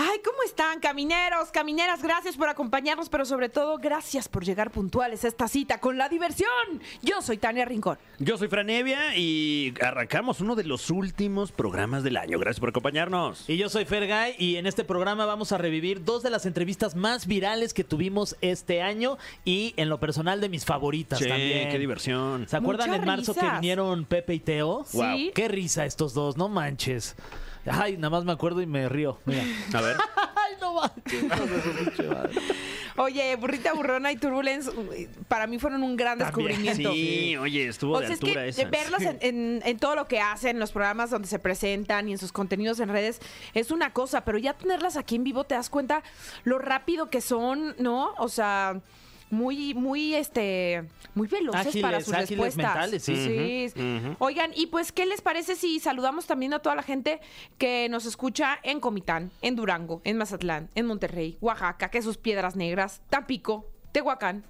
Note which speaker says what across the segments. Speaker 1: Ay, ¿cómo están, camineros, camineras? Gracias por acompañarnos, pero sobre todo, gracias por llegar puntuales a esta cita con la diversión. Yo soy Tania Rincón.
Speaker 2: Yo soy Franevia y arrancamos uno de los últimos programas del año. Gracias por acompañarnos.
Speaker 3: Y yo soy Fergay y en este programa vamos a revivir dos de las entrevistas más virales que tuvimos este año y en lo personal de mis favoritas
Speaker 2: Che,
Speaker 3: también.
Speaker 2: qué diversión.
Speaker 3: ¿Se acuerdan
Speaker 1: Muchas
Speaker 3: en marzo que
Speaker 1: risas.
Speaker 3: vinieron Pepe y Teo?
Speaker 1: Sí. Guau.
Speaker 3: Qué risa estos dos, no manches. Ay, nada más me acuerdo y me río. Mira.
Speaker 2: A ver.
Speaker 3: Ay, no manches. hijos de su pinche madre.
Speaker 1: Oye, Burrita Burrona y Turbulence uy, para mí fueron un gran descubrimiento.
Speaker 2: Sí, oye, estuvo
Speaker 1: O
Speaker 2: de
Speaker 1: sea, es
Speaker 2: altura
Speaker 1: que
Speaker 2: esa.
Speaker 1: verlos en, en- en todo lo que hacen, los programas donde se presentan y en sus contenidos en redes, es una cosa, pero ya tenerlas aquí en vivo te das cuenta lo rápido que son, ¿no? O sea, muy, muy, este, muy veloces
Speaker 3: Ágiles,
Speaker 1: para sus
Speaker 3: ágiles
Speaker 1: respuestas.
Speaker 3: mentales, sí.
Speaker 1: Sí. Oigan, y pues, ¿qué les parece si saludamos también a toda la gente que nos escucha en Comitán, en Durango, en Mazatlán, en Monterrey, Oaxaca, que sus piedras negras, Tampico, Tehuacán.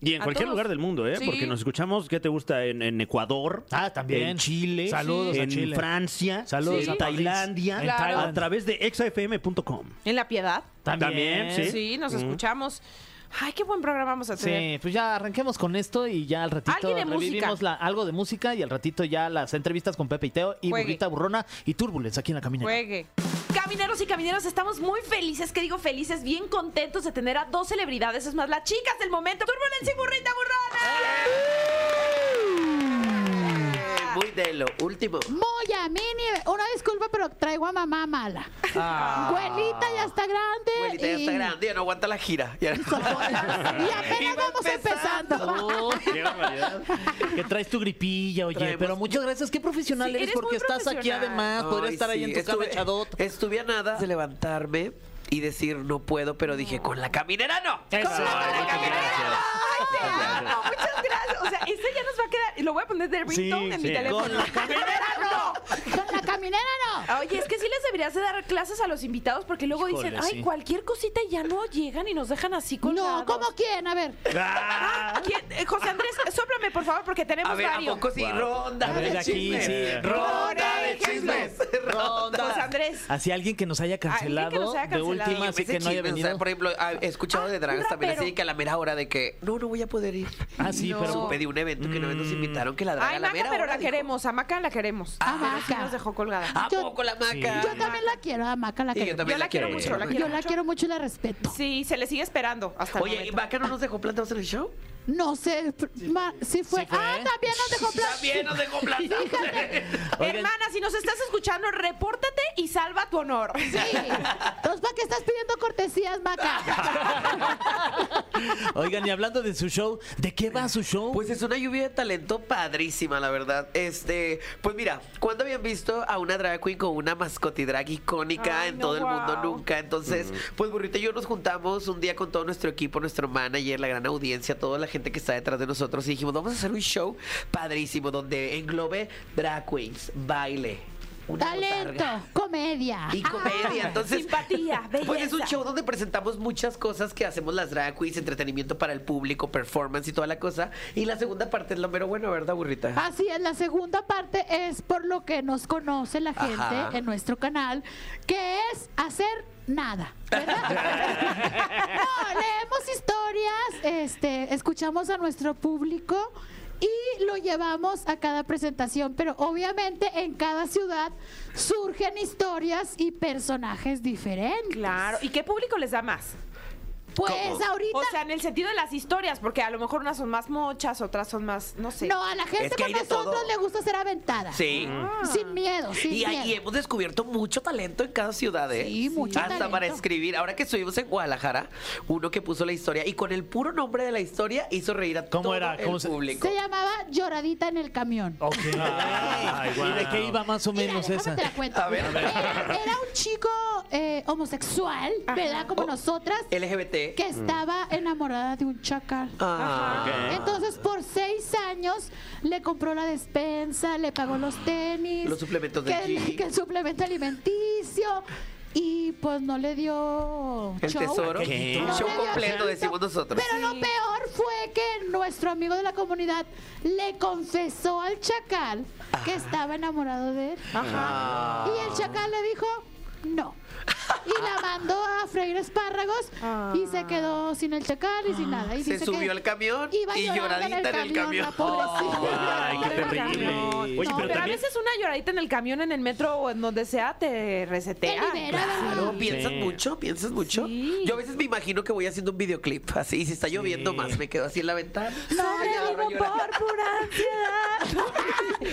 Speaker 2: Y en
Speaker 1: a
Speaker 2: cualquier
Speaker 1: todos.
Speaker 2: lugar del mundo, ¿eh?
Speaker 1: Sí.
Speaker 2: Porque nos escuchamos, ¿qué te gusta? En, en Ecuador.
Speaker 3: Ah, también.
Speaker 2: En Chile.
Speaker 3: Saludos a
Speaker 2: En
Speaker 3: Chile.
Speaker 2: Francia.
Speaker 3: Saludos
Speaker 1: Sí.
Speaker 2: En
Speaker 1: a
Speaker 3: París.
Speaker 2: Tailandia.
Speaker 3: En
Speaker 1: Claro.
Speaker 2: A
Speaker 3: Thailand.
Speaker 2: través de exafm.com.
Speaker 1: En La Piedad.
Speaker 3: También,
Speaker 2: También, sí.
Speaker 1: Sí, nos escuchamos. Ay, qué buen programa vamos a tener.
Speaker 3: Sí, pues ya arranquemos con esto y ya al ratito
Speaker 1: Alguien de
Speaker 3: revivimos
Speaker 1: música.
Speaker 3: la- algo de música y al ratito ya las entrevistas con Pepe y Teo y
Speaker 1: Juegue.
Speaker 3: Burrita Burrona y Turbulence aquí en la caminera.
Speaker 1: Juegue. Camineros y camineros, estamos muy felices, que digo felices, bien contentos de tener a dos celebridades, es más, las chicas del momento, Turbulencia y Burrita Burrona.
Speaker 4: Muy de lo último.
Speaker 5: Muy a mí, ni- una disculpa, pero traigo a mamá mala. Abuelita ya está grande.
Speaker 4: Abuelita ya
Speaker 5: y-
Speaker 4: está grande, ya no aguanta la gira. Ya no-
Speaker 5: Y apenas
Speaker 4: Iba
Speaker 5: vamos empezando.
Speaker 3: Oh,
Speaker 2: Qué barbaridad.
Speaker 3: que traes tu gripilla, oye.
Speaker 4: Traemos-
Speaker 3: Pero muchas gracias. Qué profesional
Speaker 1: Sí,
Speaker 3: eres,
Speaker 1: eres
Speaker 3: porque
Speaker 1: muy
Speaker 3: estás aquí
Speaker 1: profesional.
Speaker 3: además. Podría
Speaker 4: Ay,
Speaker 3: estar ahí
Speaker 4: sí,
Speaker 3: en tu cama
Speaker 4: estuve-
Speaker 3: echadot.
Speaker 4: Estuve a nada de levantarme y decir no puedo, pero dije con la caminera no.
Speaker 3: Eso,
Speaker 4: Con la
Speaker 3: ay,
Speaker 4: caminera
Speaker 3: gracias.
Speaker 4: no.
Speaker 1: Ay, te amo, muchas gracias. O sea, este ya nos va a quedar, y lo voy a poner de ringtone en
Speaker 2: sí.
Speaker 1: mi teléfono.
Speaker 3: Con la
Speaker 1: ¡No!
Speaker 5: Con la caminera no.
Speaker 1: Oye, es que sí les deberías de dar clases a los invitados porque luego
Speaker 3: Híjole,
Speaker 1: dicen, ay,
Speaker 3: sí.
Speaker 1: cualquier cosita y ya no llegan y nos dejan así con
Speaker 5: No, ¿cómo quién? A ver.
Speaker 2: Ah.
Speaker 1: ¿Quién? Eh, José Andrés, sóplame, por favor, porque tenemos
Speaker 4: A ver, ¿a
Speaker 1: varios.
Speaker 4: poco sí?
Speaker 2: Wow.
Speaker 4: Ronda
Speaker 3: A ver,
Speaker 4: de
Speaker 3: aquí,
Speaker 4: chismes.
Speaker 3: sí.
Speaker 4: Ronda de
Speaker 1: Por ejemplo. Pues,
Speaker 4: chismes.
Speaker 1: José Andrés.
Speaker 3: Así alguien que nos haya cancelado,
Speaker 1: Alguien que nos haya cancelado.
Speaker 3: de última, así
Speaker 4: Ese
Speaker 3: que no haya
Speaker 4: chisme, o sea,
Speaker 3: venido.
Speaker 4: por ejemplo, ah, he escuchado
Speaker 1: Ah,
Speaker 4: de dragas
Speaker 1: un
Speaker 4: también así
Speaker 1: rapero.
Speaker 4: que a la mera hora de que no, no voy a poder ir.
Speaker 3: Ah, sí,
Speaker 1: No.
Speaker 3: pero.
Speaker 4: Pedí un evento que no nos
Speaker 3: Mm.
Speaker 4: invitaron que la draga
Speaker 1: Ay,
Speaker 4: a la
Speaker 1: Maca,
Speaker 4: mera
Speaker 1: pero
Speaker 4: hora
Speaker 1: la
Speaker 4: dijo,
Speaker 1: queremos, a Maca la queremos.
Speaker 5: A
Speaker 1: Pero sí
Speaker 5: Maca.
Speaker 1: nos dejó colgada.
Speaker 4: ¿A
Speaker 5: Yo-
Speaker 4: poco la maca?
Speaker 5: Yo también la quiero, a Maca la
Speaker 4: Y yo
Speaker 5: quiero.
Speaker 4: también
Speaker 1: Yo la quiero mucho, la
Speaker 5: pues Yo
Speaker 1: quiero
Speaker 5: la
Speaker 1: mucho.
Speaker 5: quiero mucho y la respeto.
Speaker 1: Sí, se le sigue esperando hasta el
Speaker 4: Oye, ¿y
Speaker 1: momento.
Speaker 4: Vaca no nos dejó plantados en el show?
Speaker 5: No sé pr- ma- si fue.
Speaker 3: ¿Sí fue?
Speaker 5: Ah, también nos dejó plan.
Speaker 4: También nos dejó plantados.
Speaker 3: Oigan,
Speaker 1: Hermana, si nos estás escuchando, repórtate y salva tu honor.
Speaker 5: Sí. Entonces, ¿para qué estás pidiendo cortesías, Maca?
Speaker 3: oigan, y hablando de su show, ¿de qué va su show?
Speaker 4: Pues es una lluvia de talento padrísima, la verdad. Este, pues mira, ¿cuándo habían visto a una drag queen con una mascotidrag icónica
Speaker 1: Ay,
Speaker 4: en
Speaker 1: no,
Speaker 4: todo el mundo?
Speaker 1: guau.
Speaker 4: Nunca. Entonces, pues Burrito y yo nos juntamos un día con todo nuestro equipo, nuestro manager, la gran audiencia, toda la gente que está detrás de nosotros y dijimos, vamos a hacer un show padrísimo donde englobe drag queens, baile, una
Speaker 5: Talento,
Speaker 4: botarga
Speaker 5: comedia.
Speaker 4: y comedia.
Speaker 1: Ah,
Speaker 4: Entonces,
Speaker 1: simpatía,
Speaker 4: Pues es un
Speaker 1: belleza.
Speaker 4: show donde presentamos muchas cosas que hacemos las drag queens, entretenimiento para el público, performance y toda la cosa. Y la segunda parte es lo mero bueno, ¿verdad, burrita?
Speaker 5: Así es, la segunda parte es por lo que nos conoce la gente
Speaker 4: Ajá.
Speaker 5: en nuestro canal, que es hacer nada. ¿verdad? no, leemos historias, este, escuchamos a nuestro público y lo llevamos a cada presentación, pero obviamente en cada ciudad surgen historias y personajes diferentes.
Speaker 1: Claro. ¿Y qué público les da más?
Speaker 5: Pues
Speaker 4: ¿Cómo?
Speaker 5: ahorita
Speaker 1: O sea, en el sentido de las historias, porque a lo mejor unas son más mochas, otras son más, no sé.
Speaker 5: no, a la gente
Speaker 4: Es que hay
Speaker 5: con
Speaker 4: de
Speaker 5: nosotros
Speaker 4: todo.
Speaker 5: le gusta ser aventada.
Speaker 4: Sí.
Speaker 5: Sin
Speaker 1: Ah.
Speaker 5: miedo, sin
Speaker 4: Y ahí
Speaker 5: miedo.
Speaker 4: hemos descubierto mucho talento en cada ciudad, ¿eh?
Speaker 5: Sí, mucho
Speaker 4: Hasta
Speaker 5: talento.
Speaker 4: para escribir. Ahora que estuvimos en Guadalajara, uno que puso la historia y con el puro nombre de la historia hizo reír a
Speaker 3: ¿Cómo
Speaker 4: todo
Speaker 3: era?
Speaker 4: el
Speaker 3: ¿Cómo se-
Speaker 4: público.
Speaker 5: Se llamaba Lloradita en el camión.
Speaker 3: Ok.
Speaker 2: Ay,
Speaker 3: ¿Y de
Speaker 2: guau.
Speaker 3: qué iba más o
Speaker 5: Mira,
Speaker 3: menos
Speaker 5: déjame
Speaker 3: esa?
Speaker 5: te la cuento.
Speaker 4: A ver, a ver.
Speaker 5: Era, era un chico eh, homosexual, ¿verdad? Como
Speaker 4: Oh.
Speaker 5: nosotras,
Speaker 4: LGBT.
Speaker 5: que estaba enamorada de un chacal.
Speaker 4: Ah,
Speaker 5: Entonces, por seis años, le compró la despensa, le pagó los tenis.
Speaker 4: Los suplementos de
Speaker 5: que,
Speaker 4: G.
Speaker 5: que el suplemento alimenticio. Y pues no le dio
Speaker 4: El
Speaker 5: show.
Speaker 4: tesoro.
Speaker 2: ¿Qué?
Speaker 4: Un
Speaker 5: No
Speaker 4: show
Speaker 5: le dio
Speaker 4: completo,
Speaker 5: show.
Speaker 4: decimos nosotros.
Speaker 5: Pero lo peor fue que nuestro amigo de la comunidad le confesó al chacal que estaba enamorado de él.
Speaker 4: Ah.
Speaker 5: Y el chacal le dijo, no. Y la mandó a freír espárragos y se quedó sin el chacal y sin nada. Y
Speaker 4: Se
Speaker 5: dice
Speaker 4: subió
Speaker 5: que
Speaker 4: al camión
Speaker 5: iba
Speaker 4: y
Speaker 5: llorando
Speaker 4: lloradita en el camión.
Speaker 5: la pobrecita.
Speaker 2: Ay, qué terrible.
Speaker 1: Oye,
Speaker 2: Oye,
Speaker 1: pero,
Speaker 2: pero
Speaker 1: a
Speaker 2: también-
Speaker 1: veces una lloradita en el camión, en el metro o en donde sea te
Speaker 5: Te
Speaker 1: resetea.
Speaker 5: libera,
Speaker 4: Claro,
Speaker 5: ¿verdad?
Speaker 4: piensas
Speaker 2: Sí.
Speaker 4: mucho, piensas mucho.
Speaker 1: Sí.
Speaker 4: Yo a veces me imagino que voy haciendo un videoclip así, y si está lloviendo más, me quedo así en la ventana.
Speaker 5: Sobrevivo por pura ansiedad.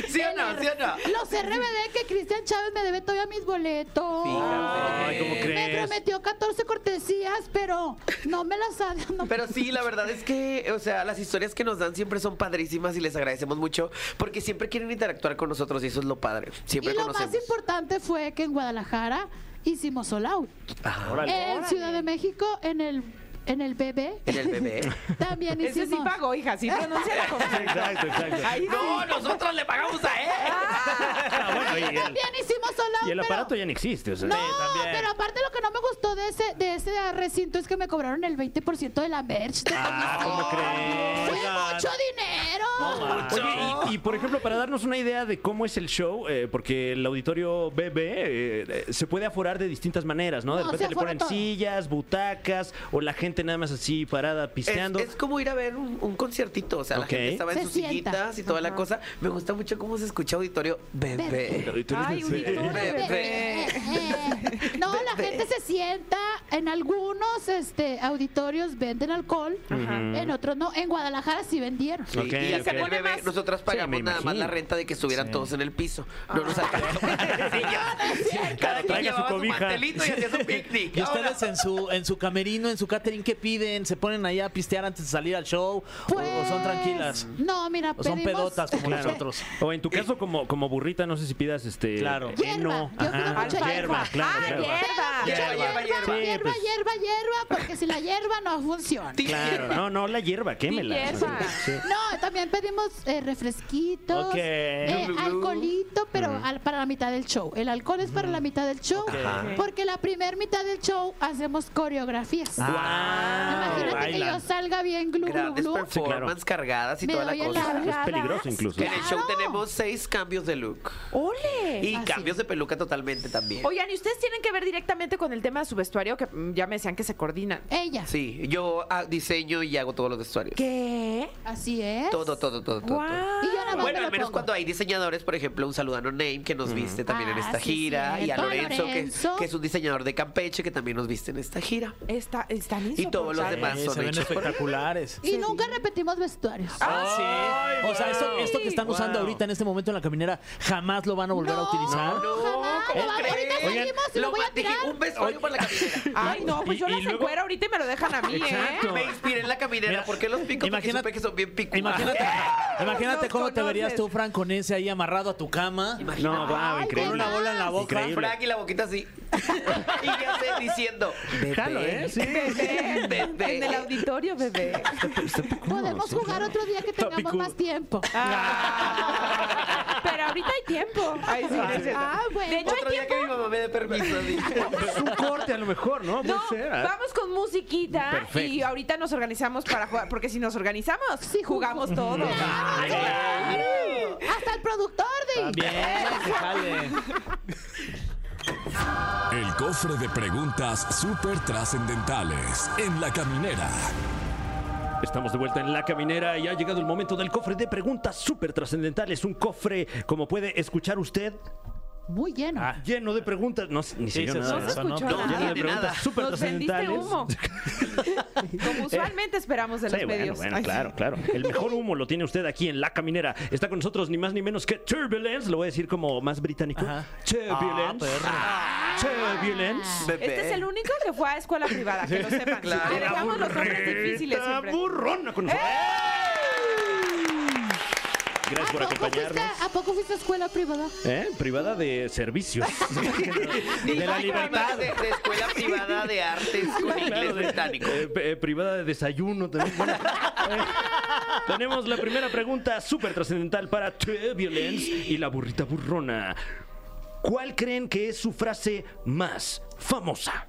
Speaker 4: ¿Sí o no? ¿Sí o no?
Speaker 5: Los RBD que Cristian Chávez me debe todavía mis boletos.
Speaker 4: Fíjate.
Speaker 2: Ay, ¿cómo
Speaker 5: Me
Speaker 2: crees?
Speaker 5: prometió 14 cortesías, pero no me las ha no-
Speaker 4: Pero sí, la verdad es que, o sea, las historias que nos dan siempre son padrísimas y les agradecemos mucho porque siempre quieren interactuar con nosotros y eso es lo padre. Siempre
Speaker 5: Y lo
Speaker 4: conocemos.
Speaker 5: más importante fue que en Guadalajara hicimos sold out.
Speaker 2: Órale.
Speaker 5: En Ciudad de México, en el, en el bebé,
Speaker 4: En el bebé.
Speaker 5: también
Speaker 1: Ese sí
Speaker 5: hicimos.
Speaker 1: pagó, hija, sí renuncia la comida.
Speaker 2: Exacto, exacto.
Speaker 1: Ahí
Speaker 4: No, nosotros le pagamos a él.
Speaker 2: Ah, bueno, y el,
Speaker 5: También hicimos sold out.
Speaker 2: y el
Speaker 5: pero-
Speaker 2: aparato ya no existe. O sea,
Speaker 5: No,
Speaker 2: Sí, también.
Speaker 5: pero aparte lo que no me gustó de ese, de ese recinto es que me cobraron el 20% de la merch. de
Speaker 2: Ah, ¿cómo
Speaker 5: comisión.
Speaker 2: crees?
Speaker 5: ¡Fue
Speaker 2: Oigan.
Speaker 5: mucho dinero!
Speaker 2: Oye, y, y, por ejemplo, para darnos una idea de cómo es el show, eh, porque el auditorio bebé eh, eh, se puede aforar de distintas maneras, ¿no? De
Speaker 5: No,
Speaker 2: repente
Speaker 5: se
Speaker 2: le
Speaker 5: afora
Speaker 2: ponen
Speaker 5: todo.
Speaker 2: sillas, butacas, o la gente nada más así parada
Speaker 4: Es,
Speaker 2: pisteando.
Speaker 4: es como ir a ver un, un conciertito. O sea,
Speaker 2: Ok.
Speaker 4: la gente estaba en
Speaker 5: Se
Speaker 4: sus
Speaker 5: sienta.
Speaker 4: sillitas y toda la cosa. Me gusta mucho cómo se escucha auditorio bebé.
Speaker 2: Ay, tú eres
Speaker 1: Ay,
Speaker 2: en serio.
Speaker 1: auditorio
Speaker 4: Bebé.
Speaker 5: Eh, eh. No, la
Speaker 4: Bebé.
Speaker 5: gente se sienta. En algunos este, auditorios venden alcohol, en otros no. En Guadalajara sí vendieron.
Speaker 4: Sí,
Speaker 2: Ok,
Speaker 4: y al
Speaker 2: ok.
Speaker 4: ser el
Speaker 1: Pone
Speaker 4: bebé,
Speaker 1: más-
Speaker 4: nosotras pagamos
Speaker 2: me
Speaker 4: nada más
Speaker 2: imagino.
Speaker 4: la renta de que estuvieran todos en el piso. No nos alcanzó. Cada quien
Speaker 2: Traiga su
Speaker 4: llevaba su
Speaker 2: cobija.
Speaker 4: mantelito y hacía su picnic.
Speaker 3: Y
Speaker 4: Ahora-
Speaker 3: ustedes en su, en su camerino, en su catering, ¿qué piden? ¿Se ponen allá a pistear antes de salir al show? ¿O- ¿O, son tranquilas?
Speaker 5: Pues, No, mira,
Speaker 3: ¿O son
Speaker 5: pedimos-
Speaker 3: pedotas como
Speaker 2: Claro.
Speaker 3: nosotros?
Speaker 2: O en tu caso, como, como burrita, no sé si pidas este.
Speaker 3: Claro.
Speaker 2: heno,
Speaker 5: Hierba. Yo pido
Speaker 2: ajá,
Speaker 5: mucha
Speaker 2: hierba,
Speaker 5: hierba.
Speaker 2: claro,
Speaker 1: Ah,
Speaker 2: claro.
Speaker 1: hierba.
Speaker 5: Hierba, hierba, hierba,
Speaker 2: Sí,
Speaker 5: hierba,
Speaker 2: pues.
Speaker 5: hierba, hierba, porque si la hierba no funciona.
Speaker 2: Claro, no, no, la hierba, quémela.
Speaker 1: hierba.
Speaker 2: Sí.
Speaker 5: No, también pedimos eh, refresquitos,
Speaker 2: Ok.
Speaker 5: eh,
Speaker 4: Blu, blu, blu.
Speaker 5: alcoholito, pero al- para la mitad del show. El alcohol es para la mitad del show, porque la primer mitad del show hacemos coreografías.
Speaker 3: Ah.
Speaker 2: Wow,
Speaker 5: Imagínate que yo
Speaker 2: bailan.
Speaker 5: salga bien glu glu
Speaker 4: Grandes
Speaker 5: glu.
Speaker 4: performances cargadas y
Speaker 5: Me
Speaker 4: toda la
Speaker 5: doy el
Speaker 4: cosa.
Speaker 5: largo.
Speaker 2: Es peligroso incluso.
Speaker 4: Que en el show
Speaker 5: Claro. Ah,
Speaker 4: tenemos seis cambios de look.
Speaker 1: ¡Ole!
Speaker 4: Y
Speaker 5: Así.
Speaker 4: cambios de peluca totalmente también.
Speaker 1: Oigan, ¿y ustedes tienen que ver directamente con el tema de su vestuario? Que mm, ya me decían que se coordinan.
Speaker 5: Ella.
Speaker 4: Sí, yo ah, diseño y hago todos los vestuarios.
Speaker 1: ¿Qué?
Speaker 5: Así es.
Speaker 4: Todo, todo, todo, todo. todo.
Speaker 1: ¡Guau!
Speaker 5: Y yo nada más
Speaker 4: Bueno,
Speaker 5: me
Speaker 4: al
Speaker 5: lo
Speaker 4: menos
Speaker 5: pongo.
Speaker 4: cuando hay diseñadores, por ejemplo, un saludo a No Name que nos viste también en
Speaker 5: Ah,
Speaker 4: esta
Speaker 5: sí,
Speaker 4: gira, y a
Speaker 5: cierto.
Speaker 4: Lorenzo, que-
Speaker 5: Lorenzo.
Speaker 4: Que, es un diseñador de Campeche que también nos viste en esta gira.
Speaker 1: Está, están
Speaker 4: Y todos los
Speaker 1: insoportables.
Speaker 4: demás
Speaker 3: Eh,
Speaker 4: son
Speaker 3: se ven
Speaker 4: hechos por-
Speaker 3: espectaculares.
Speaker 5: Y nunca repetimos vestuarios.
Speaker 3: Ah, sí. O sea, esto,
Speaker 1: wow.
Speaker 3: esto que están usando
Speaker 2: Wow.
Speaker 3: ahorita en este momento en la caminera, jamás lo van a volver a utilizar.
Speaker 4: Ah,
Speaker 5: No, jamás.
Speaker 4: ¿cómo
Speaker 5: Lo va-
Speaker 4: crees?
Speaker 5: ahorita
Speaker 4: Oigan,
Speaker 5: salimos y lo, voy a
Speaker 4: mandé,
Speaker 5: tirar.
Speaker 4: un vestuario para la caminera.
Speaker 1: Ay, no, pues
Speaker 2: Y-
Speaker 1: yo
Speaker 2: y
Speaker 1: las
Speaker 2: luego-
Speaker 1: encuero ahorita y me lo dejan a mí,
Speaker 2: Exacto.
Speaker 1: ¿eh?
Speaker 4: Me inspiré en la caminera
Speaker 3: Mira,
Speaker 4: porque los picos
Speaker 3: imagínate-
Speaker 4: imagínate, que son bien picos.
Speaker 3: Imagínate, imagínate
Speaker 1: Los
Speaker 3: cómo te verías
Speaker 1: conoces.
Speaker 3: tú, Fran, con ese ahí amarrado a tu cama.
Speaker 2: No, wow,
Speaker 3: Con
Speaker 2: increíble.
Speaker 3: una bola en la boca.
Speaker 2: Increíble.
Speaker 4: Frank y la boquita así. y ya sé diciendo. bebé,
Speaker 2: Jalo, ¿eh? Sí.
Speaker 1: Bebé.
Speaker 4: Bebé.
Speaker 1: En el auditorio, bebé.
Speaker 2: Pues,
Speaker 5: Podemos jugar otro día que tengamos
Speaker 2: picudo.
Speaker 5: más tiempo.
Speaker 1: Ah. Pero ahorita hay tiempo. Ay, sí,
Speaker 4: Ah,
Speaker 1: gracias.
Speaker 5: ah, bueno.
Speaker 1: De hecho, hay
Speaker 4: Otro día
Speaker 1: tiempo.
Speaker 4: que mi mamá me dé permiso. así.
Speaker 2: Es un corte a lo mejor, ¿no?
Speaker 1: No,
Speaker 2: Puede ser. ¿ah?
Speaker 1: vamos con musiquita
Speaker 2: Perfecto.
Speaker 1: y ahorita nos organizamos para jugar, porque si nos organizamos,
Speaker 5: Sí,
Speaker 1: jugamos todo. Ah,
Speaker 5: Hasta el productor de.
Speaker 3: Bien, que jale.
Speaker 6: El cofre de preguntas súper trascendentales en la caminera.
Speaker 2: Estamos de vuelta en La Caminera y ha llegado el momento del cofre de preguntas súper trascendentales. Un cofre, como puede escuchar usted,
Speaker 5: Muy lleno.
Speaker 3: Ah,
Speaker 2: lleno de preguntas. No, sé, ni
Speaker 3: Sí,
Speaker 2: sé yo
Speaker 3: se
Speaker 2: nada.
Speaker 1: No
Speaker 2: de
Speaker 1: se
Speaker 2: eso.
Speaker 3: sonó,
Speaker 1: escuchó
Speaker 3: pero-
Speaker 1: nada.
Speaker 2: Lleno de
Speaker 4: ni
Speaker 2: preguntas
Speaker 4: nada.
Speaker 2: súper
Speaker 1: Nos vendiste
Speaker 2: trascendentales.
Speaker 1: humo. Como usualmente esperamos de
Speaker 2: Sí,
Speaker 1: los
Speaker 2: bueno,
Speaker 1: medios.
Speaker 2: bueno,
Speaker 1: Ay,
Speaker 2: claro,
Speaker 1: sí.
Speaker 2: claro. El mejor humo lo tiene usted aquí en La Caminera. Está con nosotros ni más ni menos que Turbulence. Lo voy a decir como más británico.
Speaker 3: Ajá. Ah,
Speaker 2: Turbulence.
Speaker 3: perro.
Speaker 2: Turbulence.
Speaker 4: Bebé.
Speaker 1: Este es el único que fue a escuela privada, que lo sepan.
Speaker 4: Claro.
Speaker 1: Le Ah, dejamos los hombres difíciles
Speaker 2: Está
Speaker 1: siempre.
Speaker 2: burrona con nosotros. Gracias por
Speaker 5: ¿A poco fuiste-
Speaker 2: acompañarnos.
Speaker 5: ¿A poco fuiste a escuela privada?
Speaker 2: ¿Eh? Privada de servicios.
Speaker 4: De
Speaker 2: la libertad.
Speaker 4: De, de escuela privada de artes con inglés
Speaker 2: Claro, de-
Speaker 4: británico.
Speaker 2: eh, p- eh, privada de desayuno también. Bueno, eh, tenemos la primera pregunta súper trascendental para Turbulence y la burrita burrona. ¿Cuál creen que es su frase más famosa?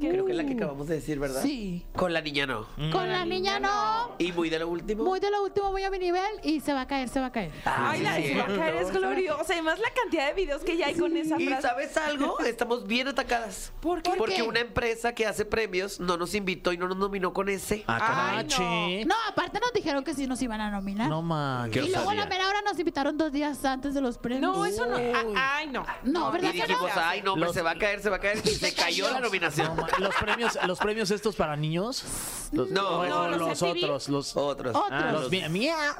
Speaker 4: Creo que es la que acabamos de decir, ¿verdad?
Speaker 5: Sí.
Speaker 4: Con la niña no.
Speaker 5: Con la niña no.
Speaker 4: Y muy de lo último. Ah,
Speaker 5: Muy de lo último, voy a mi nivel y se va a caer, se va a caer.
Speaker 1: Ay, la de
Speaker 4: cierto.
Speaker 1: Vaca es gloriosa. Además, la cantidad de videos que ya hay con esa
Speaker 4: Y
Speaker 1: frase.
Speaker 4: sabes algo, estamos bien atacadas.
Speaker 5: ¿Por qué?
Speaker 4: Porque
Speaker 5: ¿Por qué?
Speaker 4: una empresa que hace premios no nos invitó y no nos nominó con ese.
Speaker 2: Ah,
Speaker 1: Ay,
Speaker 3: Cache.
Speaker 5: No, aparte nos dijeron que sí nos iban a nominar.
Speaker 3: No man.
Speaker 2: Eh. Qué
Speaker 5: y luego a la
Speaker 2: osadía.
Speaker 5: mera hora nos invitaron dos días antes de los premios.
Speaker 1: No, eso no.
Speaker 4: Uy.
Speaker 1: a- Ay, no.
Speaker 5: No,
Speaker 4: y
Speaker 5: ¿verdad que no?
Speaker 4: dijimos, ay, no, hombre,
Speaker 3: Los-
Speaker 4: se va a caer, se va a caer. Y se cayó la nominación.
Speaker 3: No, ma- los premios, los premios estos para niños. Los-
Speaker 4: No,
Speaker 3: o-
Speaker 4: no,
Speaker 3: o
Speaker 1: los
Speaker 3: los
Speaker 1: MTV.
Speaker 3: otros, los
Speaker 4: Otros.
Speaker 5: Otros.
Speaker 3: Ah, los mia- mia-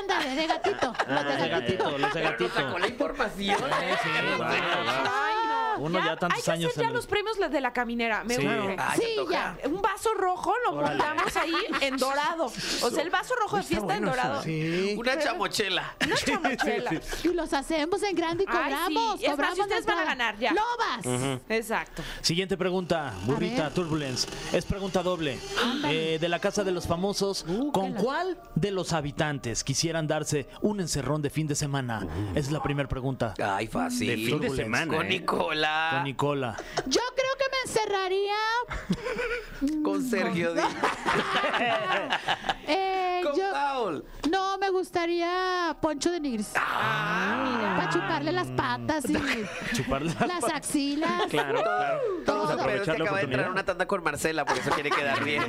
Speaker 5: Ándale, de gatito.
Speaker 2: Ah,
Speaker 5: los de
Speaker 3: los de
Speaker 2: ya,
Speaker 3: gatito,
Speaker 5: gatito.
Speaker 3: los de
Speaker 4: Pero nos
Speaker 3: gatito.
Speaker 4: sacó la información. ¿eh?
Speaker 3: sí, guau, guau.
Speaker 1: Ay, no.
Speaker 3: Uno ya tantos
Speaker 1: hay que
Speaker 3: años
Speaker 1: hacer
Speaker 3: en
Speaker 1: ya
Speaker 3: el-
Speaker 1: los premios la- de la caminera. Me
Speaker 3: Sí. Ah,
Speaker 1: urge.
Speaker 4: Ay,
Speaker 5: Sí,
Speaker 4: se antoja.
Speaker 5: ya.
Speaker 1: Un vaso rojo lo montamos ahí en dorado. O sea, el vaso rojo de fiesta en dorado.
Speaker 4: Una chamochela.
Speaker 1: Una chamochela.
Speaker 5: Y los hacemos en grande y
Speaker 1: Ay,
Speaker 5: cobramos.
Speaker 1: sí. Es más,
Speaker 5: cobramos
Speaker 1: ustedes van a
Speaker 5: nuestra-
Speaker 1: ganar, ya.
Speaker 5: ¡Lobas!
Speaker 1: Exacto.
Speaker 3: Siguiente pregunta, burrita,
Speaker 5: ver.
Speaker 3: turbulence. Es pregunta doble. Eh, de la casa de los famosos, ¿con
Speaker 5: cala.
Speaker 3: cuál de los habitantes quisieran darse un encerrón de fin de semana?
Speaker 5: Uh.
Speaker 3: Es la primera pregunta.
Speaker 4: Ay, fácil.
Speaker 2: De fin de semana.
Speaker 4: Con
Speaker 2: ¿eh?
Speaker 4: Nicola.
Speaker 3: Con Nicola.
Speaker 5: Yo creo que me encerraría.
Speaker 4: Con Sergio Díaz.
Speaker 5: eh,
Speaker 4: Con
Speaker 5: yo-
Speaker 4: Paul.
Speaker 5: no, me gustaría Poncho de Nigris.
Speaker 1: Ah,
Speaker 5: Para chuparle las patas y
Speaker 3: Chuparla.
Speaker 5: las axilas.
Speaker 2: Claro, claro.
Speaker 4: Todo,
Speaker 5: Vamos a
Speaker 4: pero es que
Speaker 2: aprovechar la
Speaker 4: acaba de entrar
Speaker 2: oportunidad.
Speaker 4: una tanda con Marcela, por eso quiere quedar bien.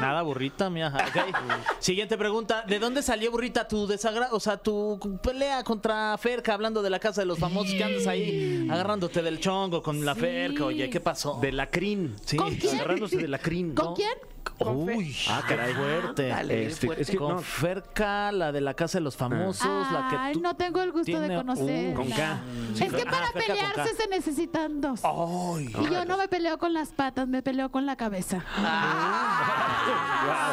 Speaker 3: Nada, burrita, mía. Ah, Ok. Siguiente pregunta. ¿De dónde salió, burrita, tu desagrado? O sea, tu pelea contra Ferca, hablando de la casa de los famosos que andas ahí agarrándote del chongo con la Ferca. Oye, ¿qué pasó?
Speaker 2: De la crin.
Speaker 3: Sí.
Speaker 5: ¿Con quién?
Speaker 2: Agarrándose de la crin.
Speaker 5: ¿Con quién?
Speaker 3: Uy,
Speaker 2: Ah,
Speaker 3: qué
Speaker 2: caray.
Speaker 3: fuerte.
Speaker 4: Ándale. Dale,
Speaker 2: Este,
Speaker 4: fuerte.
Speaker 2: es que
Speaker 3: con
Speaker 2: no,
Speaker 3: Ferca, la de la casa de los famosos, la que
Speaker 5: Ay,
Speaker 3: tú...
Speaker 5: no tengo el gusto
Speaker 3: tiene-
Speaker 5: de conocerla.
Speaker 2: con K. Sí,
Speaker 5: es que
Speaker 3: con-
Speaker 5: para
Speaker 3: Ah, Ferca con K.
Speaker 5: pelearse se necesitan dos.
Speaker 3: Ay.
Speaker 5: y yo no me peleo con las patas, me peleo con la cabeza.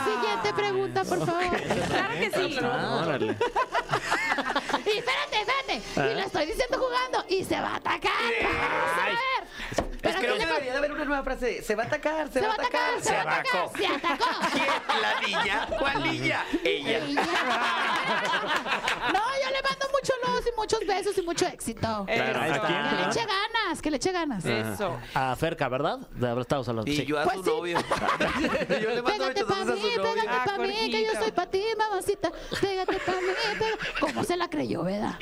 Speaker 5: Siguiente pregunta, por favor.
Speaker 1: Claro que sí.
Speaker 3: Ah, órale.
Speaker 5: Y espérate, espérate. Y lo estoy diciendo jugando. Y se va a atacar. Vamos a ver. Pero
Speaker 4: Es Pues que
Speaker 5: aquí le-
Speaker 4: debería de haber una nueva frase. Se va a atacar, se,
Speaker 5: se va a atacar, se va a atacar. Se atacó.
Speaker 4: ¿Quién? ¿La niña? ¿Cuál niña? Ella.
Speaker 5: Y ya. No, yo le mando muchos lobos y muchos besos y mucho éxito. Que
Speaker 2: Claro,
Speaker 1: Eso.
Speaker 2: ¿a quién,
Speaker 5: le
Speaker 2: perdón?
Speaker 5: eche ganas, que le eche ganas.
Speaker 1: Eso.
Speaker 3: A Ah, Ferca, ¿verdad? De haber estado hablando.
Speaker 4: Y
Speaker 3: Sí.
Speaker 4: yo a
Speaker 5: Pues
Speaker 4: su
Speaker 5: sí.
Speaker 4: novio. yo le mando
Speaker 5: Pégate pa'
Speaker 4: entonces a
Speaker 5: mí,
Speaker 4: su novio.
Speaker 5: pégate
Speaker 1: Ah,
Speaker 5: pa' mí, que yo
Speaker 1: Jorgito.
Speaker 5: soy pa' ti, mamacita. Pégate pa' mí, pégate. ¿Cómo se la creyó, verdad?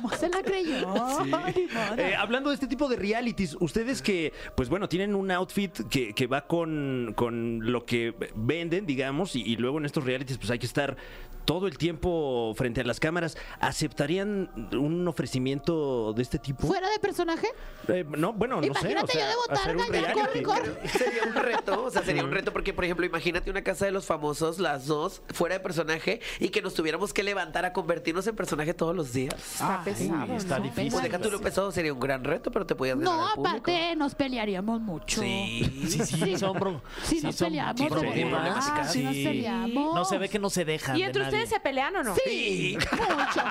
Speaker 5: ¿Cómo se la creyó? Ni modo.
Speaker 2: Eh, hablando de este tipo de realities, ustedes que, pues bueno, tienen un outfit que, que va con, con lo que venden, digamos, y, y luego en estos realities, pues hay que estar todo el tiempo frente a las cámaras. ¿Aceptarían un ofrecimiento de este tipo?
Speaker 5: ¿Fuera de personaje?
Speaker 2: Eh, no, bueno, no sé. o
Speaker 5: Imagínate
Speaker 2: sea,
Speaker 5: yo de
Speaker 2: hacer un
Speaker 5: botarga, ya corre,
Speaker 2: reality.
Speaker 5: corre.
Speaker 4: Ah, Sería un reto, o sea, sería un reto porque, por ejemplo, imagínate una casa de los famosos, las dos, fuera de personaje, y que nos tuviéramos que levantar a convertirnos en personaje todos los
Speaker 5: Ah,
Speaker 4: días.
Speaker 1: Está pesado.
Speaker 3: Está
Speaker 1: ¿no?
Speaker 3: difícil.
Speaker 4: Pues deja tú lo pesado, sería un gran reto, pero te podías ganar
Speaker 5: No,
Speaker 4: al público.
Speaker 5: aparte nos pelearíamos mucho.
Speaker 4: Sí.
Speaker 3: Sí, sí,
Speaker 5: Sí.
Speaker 3: son bron-
Speaker 5: Sí, nos
Speaker 3: son
Speaker 5: peleamos,
Speaker 3: bromas.
Speaker 4: de verdad.
Speaker 3: Ah,
Speaker 5: Sí, nos peleamos.
Speaker 3: No se ve que no se dejan.
Speaker 1: Ah. ¿Y entre
Speaker 3: de nadie.
Speaker 1: ustedes se pelean o no?
Speaker 5: Sí, mucho.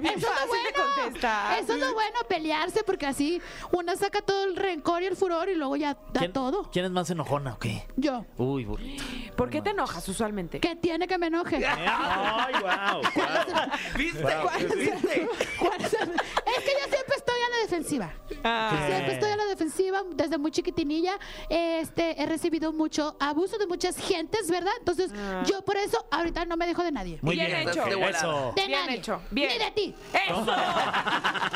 Speaker 1: Bien
Speaker 5: Eso es lo
Speaker 1: fácil de
Speaker 5: bueno.
Speaker 1: contestar.
Speaker 5: Eso es lo bueno, pelearse, porque así una saca todo el rencor y el furor y luego ya da
Speaker 3: ¿Quién-
Speaker 5: todo.
Speaker 3: ¿Quién es más enojona o qué?
Speaker 5: Yo.
Speaker 3: Uy, burrito.
Speaker 1: ¿Por qué te enojas usualmente?
Speaker 5: ¿Qué tiene que me enoje?
Speaker 2: Ay, wow.
Speaker 1: Ah.
Speaker 4: ¿Viste? ¿Viste?
Speaker 5: ¿Cuál es el- Es que yo siempre estoy a la defensiva.
Speaker 1: Ah,
Speaker 5: Siempre estoy a la defensiva desde muy chiquitinilla. Este, he recibido mucho abuso de muchas gentes, ¿verdad? Entonces,
Speaker 1: Ah.
Speaker 5: yo por eso ahorita no me dejo de nadie.
Speaker 3: Muy
Speaker 1: Bien
Speaker 3: bien,
Speaker 1: hecho.
Speaker 3: ok,
Speaker 4: De volada.
Speaker 3: Eso.
Speaker 5: De
Speaker 1: bien
Speaker 5: nadie.
Speaker 1: hecho. Bien.
Speaker 5: Ni de ti.
Speaker 1: ¡Eso!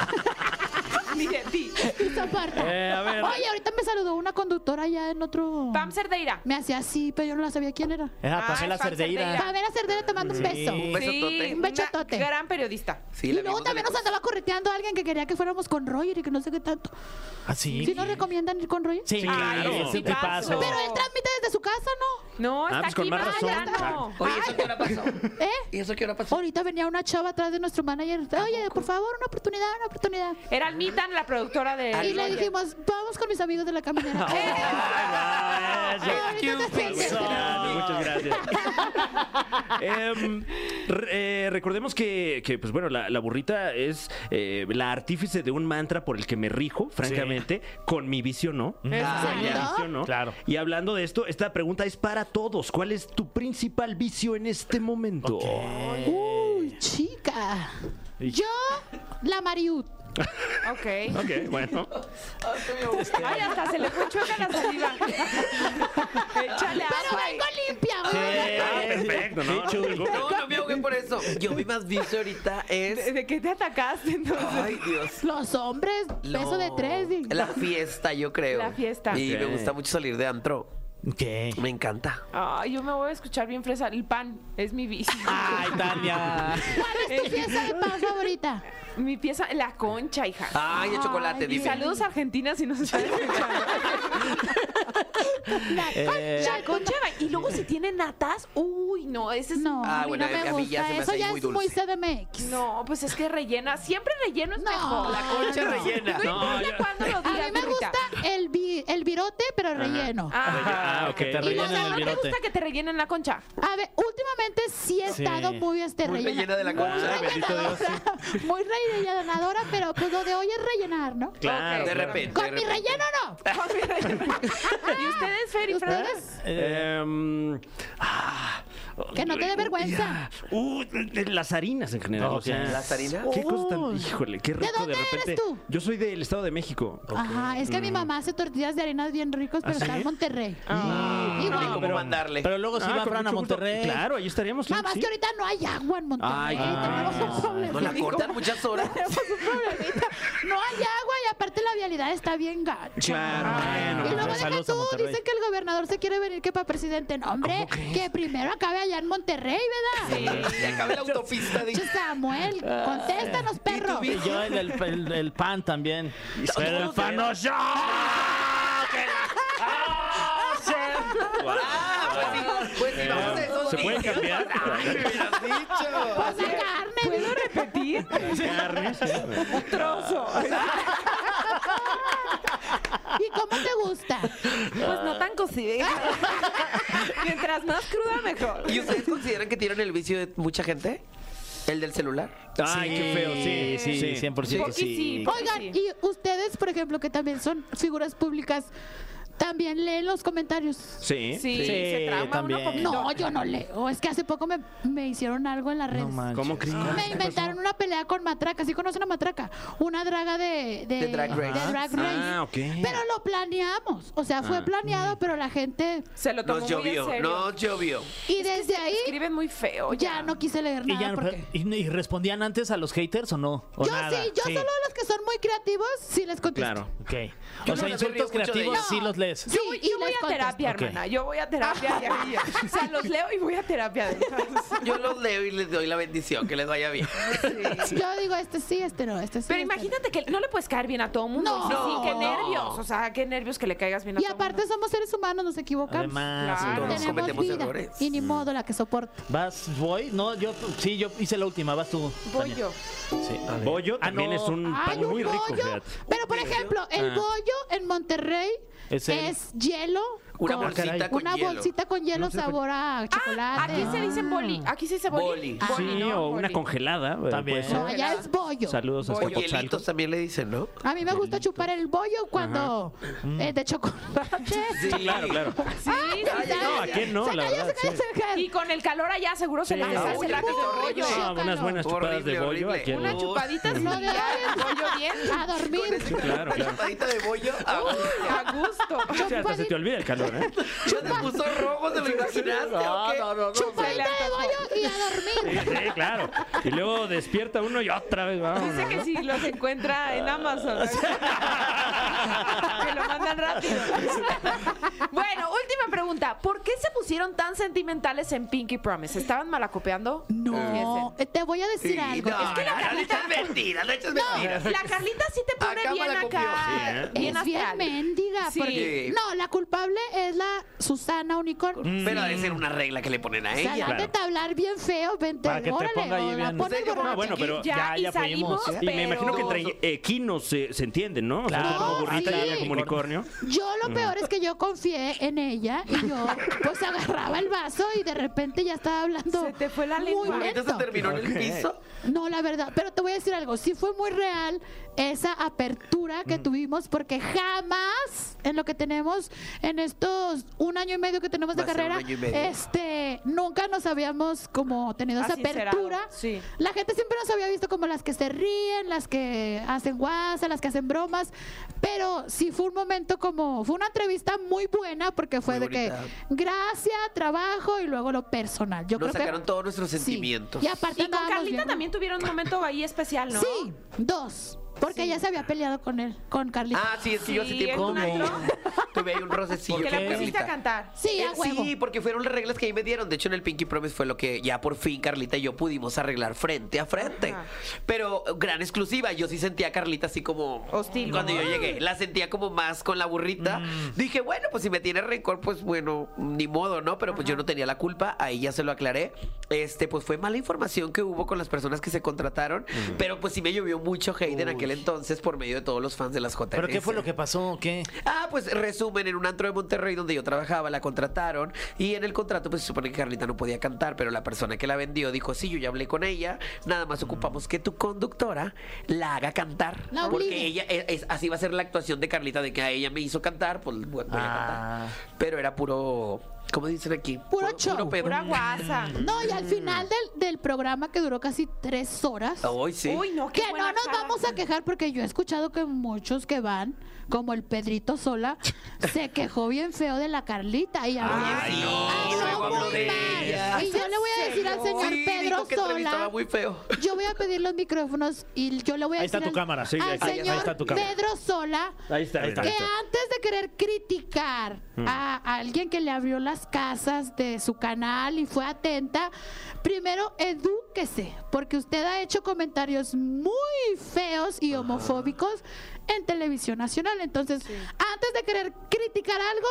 Speaker 1: Ni de ti.
Speaker 5: Soporta.
Speaker 2: Eh, a ver.
Speaker 5: Oye, ahorita me saludó una conductora allá en otro.
Speaker 1: Pam Cerdeira.
Speaker 5: Me hacía así, pero yo no la sabía quién era.
Speaker 3: Ah,
Speaker 1: Ay,
Speaker 3: Pamela
Speaker 1: Pam
Speaker 3: Cerdeira.
Speaker 1: Cerdeira.
Speaker 5: A ver, a Cerdera tomando un beso.
Speaker 4: Un besotote.
Speaker 1: Sí,
Speaker 5: Un bechotote.
Speaker 1: una gran periodista.
Speaker 4: Sí,
Speaker 5: y
Speaker 4: la
Speaker 5: luego
Speaker 4: vimos de
Speaker 5: también nos
Speaker 4: lejos.
Speaker 5: andaba correteando a alguien que quería que fuéramos con Roger y que no sé qué tanto.
Speaker 3: Así.
Speaker 5: ¿Sí, nos recomiendan ir con Roger?
Speaker 3: Ah, Sí,
Speaker 1: Ay,
Speaker 2: claro.
Speaker 3: es un tipazo.
Speaker 5: Pero él transmite desde su casa, ¿no?
Speaker 1: No,
Speaker 2: Ah,
Speaker 1: está
Speaker 2: pues con
Speaker 1: aquí
Speaker 2: más razón.
Speaker 1: Mariano.
Speaker 4: Oye, ¿eso qué hora pasó?
Speaker 5: ¿Eh?
Speaker 4: ¿Y eso qué hora pasó?
Speaker 5: Ahorita venía una chava atrás de nuestro manager. Oye, por favor, una oportunidad, una oportunidad.
Speaker 1: Era Almitan, la productora de.
Speaker 4: Eh,
Speaker 5: Y le dijimos, vamos con mis amigos de la caminera. Eh,
Speaker 2: Ay, wow.
Speaker 5: Ahorita te
Speaker 4: Thank you,
Speaker 5: explico.
Speaker 2: Muchas gracias. Em, Re- eh, recordemos que, que, pues bueno, la, la burrita es eh, la artífice de un mantra por el que me rijo, francamente, con mi vicio no. Con mi
Speaker 5: Exacto.
Speaker 2: vicio no.
Speaker 3: Claro.
Speaker 2: Y hablando de esto, esta pregunta es para todos. ¿Cuál es tu principal vicio en este momento?
Speaker 5: Uy, chica. Yo, la Mariut.
Speaker 1: Ok.
Speaker 2: Ok, bueno.
Speaker 1: Ay, hasta se le fue chueca la saliva. Échale
Speaker 5: Pero
Speaker 1: agua.
Speaker 5: vengo limpia, güey.
Speaker 2: Ah, perfecto, ¿no?
Speaker 4: No, no me ahogué por eso. Yo mi más vicio ahorita
Speaker 1: ¿De,
Speaker 4: es.
Speaker 1: de qué te atacaste entonces?
Speaker 4: Ay, Dios.
Speaker 5: Los hombres,
Speaker 4: Lo-
Speaker 5: peso de tres. di-
Speaker 4: La fiesta, yo creo.
Speaker 1: La fiesta.
Speaker 4: Y me
Speaker 2: Ok.
Speaker 4: gusta mucho salir de antro.
Speaker 3: ¿Qué?
Speaker 4: Me encanta.
Speaker 1: Ay, yo me voy a escuchar bien fresa. El pan es mi vicio.
Speaker 3: Ay, Tania.
Speaker 5: ¿Cuál es tu pieza de pan favorita?
Speaker 1: Mi pieza, la concha, hija.
Speaker 4: Ay, el chocolate,
Speaker 1: y
Speaker 5: Ay,
Speaker 4: Ah, dime.
Speaker 1: saludos a Argentina si nos están escuchando.
Speaker 5: La
Speaker 4: Eh.
Speaker 5: concha.
Speaker 1: La concha, y luego si tiene natas, uy, no, ese es
Speaker 5: No,
Speaker 4: Ah,
Speaker 5: a mí
Speaker 4: bueno,
Speaker 5: no me
Speaker 4: a mí ya
Speaker 5: gusta.
Speaker 4: se me
Speaker 5: Eso
Speaker 4: hace
Speaker 5: ya
Speaker 4: muy
Speaker 5: es muy
Speaker 4: dulce.
Speaker 5: CDMX.
Speaker 1: No, pues es que rellena. Siempre relleno es
Speaker 5: No.
Speaker 1: mejor.
Speaker 5: La concha
Speaker 4: rellena.
Speaker 1: No,
Speaker 2: No,
Speaker 1: importa
Speaker 2: yo-
Speaker 1: cuándo lo
Speaker 5: A
Speaker 1: digas,
Speaker 5: mí me
Speaker 1: burrita.
Speaker 5: gusta el, vi- el virote, pero relleno.
Speaker 1: Ah,
Speaker 2: Ah,
Speaker 3: que te
Speaker 2: ok.
Speaker 1: y no, o
Speaker 3: rellenen
Speaker 1: sea,
Speaker 3: el
Speaker 1: ¿no te
Speaker 3: virote.
Speaker 1: gusta que te rellenen la concha.
Speaker 5: A ver, últimamente sí he
Speaker 3: Sí.
Speaker 5: estado muy este
Speaker 4: Muy rellena de la concha.
Speaker 3: Ay, bendito Dios. sí.
Speaker 5: Muy rellenadora, pero pues lo de hoy es rellenar, ¿no?
Speaker 2: Claro.
Speaker 4: De
Speaker 2: claro.
Speaker 4: repente. de
Speaker 5: Con mi
Speaker 4: repente.
Speaker 5: relleno no.
Speaker 1: Con mi relleno. ¿Y ustedes, Fer y Fran?
Speaker 5: ¿Ustedes?
Speaker 2: Em, ah,
Speaker 5: Que no te dé
Speaker 2: uy,
Speaker 5: vergüenza.
Speaker 2: uh, de las harinas en general.
Speaker 3: Ok.
Speaker 2: o sea,
Speaker 4: ¿Las harinas?
Speaker 2: Qué cosa tan.
Speaker 3: Uy.
Speaker 2: Híjole, qué rico
Speaker 5: dónde eres
Speaker 2: repente.
Speaker 5: tú? Ah,
Speaker 2: Yo soy del Estado de México.
Speaker 5: Ajá, es que
Speaker 3: Mm.
Speaker 5: mi mamá hace tortillas de harinas bien ricos,
Speaker 3: ¿Ah,
Speaker 5: pero está en Monterrey.
Speaker 4: No, no hay
Speaker 5: Igual.
Speaker 4: cómo mandarle.
Speaker 3: Pero luego si
Speaker 2: Ah,
Speaker 3: va
Speaker 2: con
Speaker 3: Fran a
Speaker 2: mucho gusto.
Speaker 3: Monterrey.
Speaker 2: Claro, ahí estaríamos. claro
Speaker 5: Nada más
Speaker 2: que sí.
Speaker 5: que Ah, ahorita no hay agua en Monterrey.
Speaker 2: Ay,
Speaker 5: tenemos un
Speaker 4: no
Speaker 5: problema.
Speaker 4: la cortan muchas horas.
Speaker 5: No hay agua y aparte la vialidad está bien gacha.
Speaker 2: Claro, bueno.
Speaker 5: Ah, Y luego
Speaker 3: pues,
Speaker 5: deja
Speaker 3: saludos a
Speaker 5: tú,
Speaker 3: Monterrey.
Speaker 5: dicen que el gobernador se quiere venir que para presidente. No, hombre, que primero acabe allá en Monterrey, ¿verdad?
Speaker 4: Y acabé la autopista.
Speaker 5: Che,
Speaker 4: dije,
Speaker 5: Samuel,
Speaker 3: Ah.
Speaker 5: contéstanos, perro.
Speaker 3: Y yo el, el- el- el pan también. Pero el pan no yo.
Speaker 4: Ah, pues sí, pues sí, vamos a esos
Speaker 2: ¿Se puede
Speaker 4: vicios.
Speaker 2: cambiar?
Speaker 4: Ay, me hubieras dicho.
Speaker 5: Pues de carne.
Speaker 1: ¿Puedo repetir?
Speaker 2: Carnes, sí.
Speaker 1: Trozo.
Speaker 5: ¿Y cómo te gusta?
Speaker 1: Pues no tan cocida. Mientras más cruda, mejor.
Speaker 4: ¿Y ustedes consideran que tienen el vicio de mucha gente? ¿El del celular?
Speaker 2: Ay, qué feo, sí.
Speaker 3: Sí, sí, 100%
Speaker 1: Porque sí,
Speaker 3: sí.
Speaker 1: porque
Speaker 5: Oigan,
Speaker 1: sí.
Speaker 5: y ustedes, por ejemplo, que también son figuras públicas, también leen los comentarios.
Speaker 2: Sí.
Speaker 1: Sí,
Speaker 3: Sí,
Speaker 1: se trauma
Speaker 3: también.
Speaker 1: uno poquito.
Speaker 5: No, yo no leo. Es que hace poco me, me hicieron algo en las redes.
Speaker 3: No manches.
Speaker 2: ¿Cómo crees?
Speaker 5: me inventaron una pelea con Matraca. ¿Sí conocen a Matraca? Una draga de, de,
Speaker 4: De Drag Race.
Speaker 5: de Drag Race.
Speaker 2: Ah, ok.
Speaker 5: Pero lo planeamos. O sea, fue
Speaker 3: Ah, mm.
Speaker 5: planeado, pero la gente.
Speaker 1: Se lo tomó
Speaker 4: Nos
Speaker 1: muy en
Speaker 4: llovió,
Speaker 1: serio.
Speaker 4: nos llovió.
Speaker 5: Y desde ahí
Speaker 1: Escriben muy feo.
Speaker 5: ya no quise leer
Speaker 3: Y,
Speaker 5: nada.
Speaker 3: ya no-
Speaker 5: Ah, porque...
Speaker 3: y- y respondían antes a los haters o no? ¿O
Speaker 5: Yo
Speaker 3: nada?
Speaker 5: sí, yo solo a los que son muy creativos sí les contesto.
Speaker 2: Claro.
Speaker 3: Ok.
Speaker 4: Yo
Speaker 3: o
Speaker 4: no
Speaker 3: sea,
Speaker 4: me río
Speaker 3: insultos
Speaker 4: mucho de
Speaker 3: creativos
Speaker 4: ellos.
Speaker 3: sí los lees.
Speaker 5: Sí,
Speaker 1: Yo voy, yo
Speaker 5: y
Speaker 1: voy
Speaker 5: les
Speaker 1: a terapia,
Speaker 3: contesto.
Speaker 1: hermana. Yo voy a terapia diaria. O sea, los leo y voy a terapia. de ellos.
Speaker 4: Yo los leo y les doy la bendición, que les vaya bien.
Speaker 5: Yo digo, este sí, este no, este sí.
Speaker 1: Pero
Speaker 5: este no.
Speaker 1: imagínate que no le puedes caer bien a todo mundo.
Speaker 5: No.
Speaker 1: Sí, sí, qué
Speaker 4: No.
Speaker 1: nervios. O sea, qué nervios que le caigas bien a
Speaker 5: Y
Speaker 1: todo
Speaker 5: aparte somos seres humanos, nos equivocamos. Ah,
Speaker 3: Además,
Speaker 1: Claro.
Speaker 3: entonces,
Speaker 4: Todos
Speaker 5: Tenemos
Speaker 4: cometemos
Speaker 5: vida
Speaker 4: errores. Mm.
Speaker 5: y ni modo la que soporta.
Speaker 3: ¿Vas, voy? No, yo sí, yo hice la última. Vas tú.
Speaker 1: mundo. Voy
Speaker 3: Tania.
Speaker 1: yo.
Speaker 3: Sí, a ver.
Speaker 2: Bollo
Speaker 3: Ah,
Speaker 2: también
Speaker 3: no.
Speaker 2: es
Speaker 4: Mm,
Speaker 2: un pan
Speaker 5: Hay un
Speaker 2: muy rico,
Speaker 5: bollo,
Speaker 2: fíjate.
Speaker 5: pero por ejemplo, el
Speaker 2: Ah.
Speaker 5: bollo en Monterrey
Speaker 3: Es
Speaker 5: es,
Speaker 3: el-
Speaker 5: hielo,
Speaker 4: Una
Speaker 5: con-
Speaker 4: bolsita
Speaker 3: caray.
Speaker 4: con
Speaker 5: una
Speaker 4: hielo.
Speaker 5: bolsita con hielo sabor a
Speaker 1: Ah,
Speaker 5: chocolate.
Speaker 1: aquí se dicen boli. Aquí se dice boli.
Speaker 4: Boli.
Speaker 2: Sí,
Speaker 1: ¿no?
Speaker 2: o una
Speaker 1: Boli.
Speaker 2: congelada. eh,
Speaker 3: También.
Speaker 2: puede ser.
Speaker 5: No, allá es bollo.
Speaker 2: Saludos a
Speaker 4: O
Speaker 1: Bollo.
Speaker 2: Escapotzalco.
Speaker 4: hielitos también le dicen, ¿no?
Speaker 5: A mí me gusta chupar el bollo cuando
Speaker 4: Mm.
Speaker 5: es de chocolate.
Speaker 2: Claro, claro.
Speaker 1: Sí, sí,
Speaker 5: Ay,
Speaker 1: sí.
Speaker 2: No, ¿a quién no?
Speaker 5: Se
Speaker 2: La
Speaker 5: cayó,
Speaker 2: verdad,
Speaker 5: se cayó,
Speaker 2: sí.
Speaker 5: se cayó.
Speaker 1: Y con el calor allá seguro se
Speaker 2: Sí,
Speaker 1: le
Speaker 2: no.
Speaker 1: hace
Speaker 4: Uy,
Speaker 1: el acto
Speaker 4: no,
Speaker 1: horrible.
Speaker 5: no.
Speaker 2: Ah, unas buenas chupadas de
Speaker 4: Horrible,
Speaker 2: bollo.
Speaker 4: horrible.
Speaker 2: ¿a quién
Speaker 1: Una
Speaker 2: no?
Speaker 1: chupadita sin
Speaker 5: Lo de
Speaker 1: ligar,
Speaker 5: hoy es-
Speaker 1: el bollo bien.
Speaker 5: A
Speaker 4: Con ese
Speaker 5: dormir.
Speaker 2: claro,
Speaker 4: una
Speaker 2: claro.
Speaker 4: chupadita de bollo. ah,
Speaker 1: A gusto.
Speaker 2: Sí, hasta se te olvida el calor, ¿eh?
Speaker 4: Ya te puso rojo, ¿te lo imaginaste? o qué?
Speaker 5: Chupadita de bollo y a dormir.
Speaker 2: Sí, sí, claro. Y luego despierta uno y otra vez vamos.
Speaker 1: Dice que si los encuentra en Amazon. que lo mandan rápido. bueno, última pregunta. ¿Por qué se pusieron tan sentimentales en Pinky Promise? ¿Estaban malacopeando?
Speaker 5: No, eh, te voy a decir
Speaker 4: Sí,
Speaker 5: algo.
Speaker 4: No,
Speaker 5: Es que la
Speaker 4: no, no, no,
Speaker 5: Carlita,
Speaker 4: echas mentiras, no echas
Speaker 5: No.
Speaker 4: mentiras.
Speaker 1: La Carlita sí te puso
Speaker 4: la cámara
Speaker 1: bien
Speaker 4: copió.
Speaker 1: acá.
Speaker 2: Sí, ¿eh?
Speaker 1: Bien
Speaker 5: es bien
Speaker 1: astral.
Speaker 5: mendiga.
Speaker 1: Sí.
Speaker 5: Porque, no, la culpable es la Susana Unicornio.
Speaker 4: Pero ha de ser una regla que le ponen a
Speaker 5: O sea,
Speaker 4: ella.
Speaker 5: ya de tablar bien feo, vente,
Speaker 3: Para que te
Speaker 5: órale,
Speaker 3: ponga ahí
Speaker 5: o la
Speaker 3: bien- "Ah,
Speaker 5: pone
Speaker 4: Sí, que ponga
Speaker 5: borracha.
Speaker 2: No, bueno, pero
Speaker 1: ya,
Speaker 3: Ya,
Speaker 1: y
Speaker 3: ya
Speaker 1: salimos,
Speaker 3: fuimos,
Speaker 2: Y me imagino que
Speaker 1: pero-
Speaker 4: Pero-
Speaker 2: entre equinos se, se entienden, ¿no? O sea,
Speaker 3: Claro.
Speaker 2: como burrita
Speaker 5: Ah,
Speaker 2: y ella
Speaker 5: sí.
Speaker 2: como unicornio.
Speaker 5: Yo lo peor es que yo confié en ella y yo pues agarraba el vaso y de repente ya estaba hablando.
Speaker 1: Se te fue la
Speaker 5: muy
Speaker 1: lengua.
Speaker 4: Ahorita se
Speaker 5: lento.
Speaker 4: terminó en el piso.
Speaker 5: No, la verdad, pero te voy a decir algo, sí fue muy real esa apertura
Speaker 4: Mm.
Speaker 5: que tuvimos porque jamás en lo que tenemos en estos un año y medio que tenemos de
Speaker 4: Va a ser
Speaker 5: carrera,
Speaker 4: un año y medio.
Speaker 5: este, nunca nos habíamos como tenido esa
Speaker 1: Asincerado,
Speaker 5: apertura.
Speaker 1: sí.
Speaker 5: La gente siempre nos había visto como las que se ríen, las que hacen guasa, las que hacen bromas, pero sí fue un momento como, fue una entrevista muy buena porque fue
Speaker 4: Muy
Speaker 5: de
Speaker 4: bonita.
Speaker 5: que gracia, trabajo y luego lo personal. Yo
Speaker 4: Nos
Speaker 5: creo
Speaker 4: sacaron
Speaker 5: que
Speaker 4: todos nuestros
Speaker 5: sí.
Speaker 4: sentimientos.
Speaker 5: Y aparte
Speaker 1: Y con
Speaker 5: andábamos
Speaker 1: Carlita
Speaker 5: bien-
Speaker 1: también tuvieron un momento ahí especial, ¿no?
Speaker 5: Sí, dos. Porque ella se había peleado con él, con Carlita.
Speaker 4: Ah, sí, es que yo hace
Speaker 1: Sí,
Speaker 4: tiempo
Speaker 1: en un
Speaker 4: tuve-
Speaker 1: antro.
Speaker 4: tuve ahí un rocecillo
Speaker 1: Que
Speaker 4: con
Speaker 1: la pusiste
Speaker 4: Carlita.
Speaker 1: a cantar.
Speaker 5: sí,
Speaker 4: Eh,
Speaker 5: a huevo.
Speaker 4: Sí, porque fueron las reglas que ahí me dieron. De hecho, en el Pinky Promise fue lo que ya por fin Carlita y yo pudimos arreglar frente a frente.
Speaker 1: Ajá.
Speaker 4: Pero eh, gran exclusiva. Yo sí sentía a Carlita así como.
Speaker 1: Hostil,
Speaker 4: Cuando
Speaker 1: como,
Speaker 4: yo
Speaker 1: "Ay".
Speaker 4: llegué. La sentía como más con la burrita.
Speaker 3: Mm.
Speaker 4: Dije, bueno, pues si me tiene rencor, pues bueno, ni modo, ¿no? Pero pues yo no tenía la culpa. Ahí ya se lo aclaré. Este, pues fue mala información que hubo con las personas que se contrataron.
Speaker 3: Mm.
Speaker 4: Pero pues sí me llovió mucho hate en aquel entonces por medio de todos los fans de las JNS.
Speaker 3: ¿Pero qué fue lo que pasó? ¿Qué?
Speaker 4: Ah, pues resumen, en un antro de Monterrey donde yo trabajaba, la contrataron y en el contrato pues se supone que Carlita no podía cantar, pero la persona que la vendió dijo, sí, yo ya hablé con ella, nada más ocupamos que tu conductora la haga cantar.
Speaker 5: La
Speaker 4: porque
Speaker 5: obligue.
Speaker 4: ella, es, es- así va a ser la actuación de Carlita, de que a ella me hizo cantar, pues bueno, voy a
Speaker 3: Ah.
Speaker 4: cantar. Pero era puro, ¿cómo dicen aquí?
Speaker 5: Puro show.
Speaker 4: pedo.
Speaker 1: Pura guasa.
Speaker 5: No, y
Speaker 4: Mm.
Speaker 5: al final del, del programa que duró casi tres horas,
Speaker 4: Ay, sí.
Speaker 1: Uy, no, qué
Speaker 5: que no
Speaker 1: buena
Speaker 5: nos
Speaker 1: cara.
Speaker 5: vamos a quejar porque yo he escuchado que muchos que van, como el Pedrito Sola, se quejó bien feo de la Carlita y habló,
Speaker 4: Ay, no,
Speaker 5: habló
Speaker 4: luego habló
Speaker 5: muy
Speaker 4: de
Speaker 5: mal.
Speaker 4: ella.
Speaker 5: Y yo le voy a decir al señor
Speaker 4: Sí,
Speaker 5: Pedro
Speaker 4: dijo que
Speaker 5: Sola.
Speaker 4: entrevistaba muy feo.
Speaker 5: Yo voy a pedir los micrófonos y yo le voy a
Speaker 3: Ahí está
Speaker 5: decir
Speaker 3: tu
Speaker 5: al-
Speaker 3: cámara, sí, ahí
Speaker 5: al
Speaker 3: está, ahí
Speaker 5: señor
Speaker 3: está tu cámara.
Speaker 5: Pedro Sola
Speaker 3: Ahí está, ahí está.
Speaker 5: que antes de querer criticar
Speaker 3: Mm.
Speaker 5: a alguien que le abrió las casas de su canal y fue atenta, primero edúquese, porque usted ha hecho comentarios muy feos y homofóbicos en televisión nacional. Entonces, antes de querer criticar algo,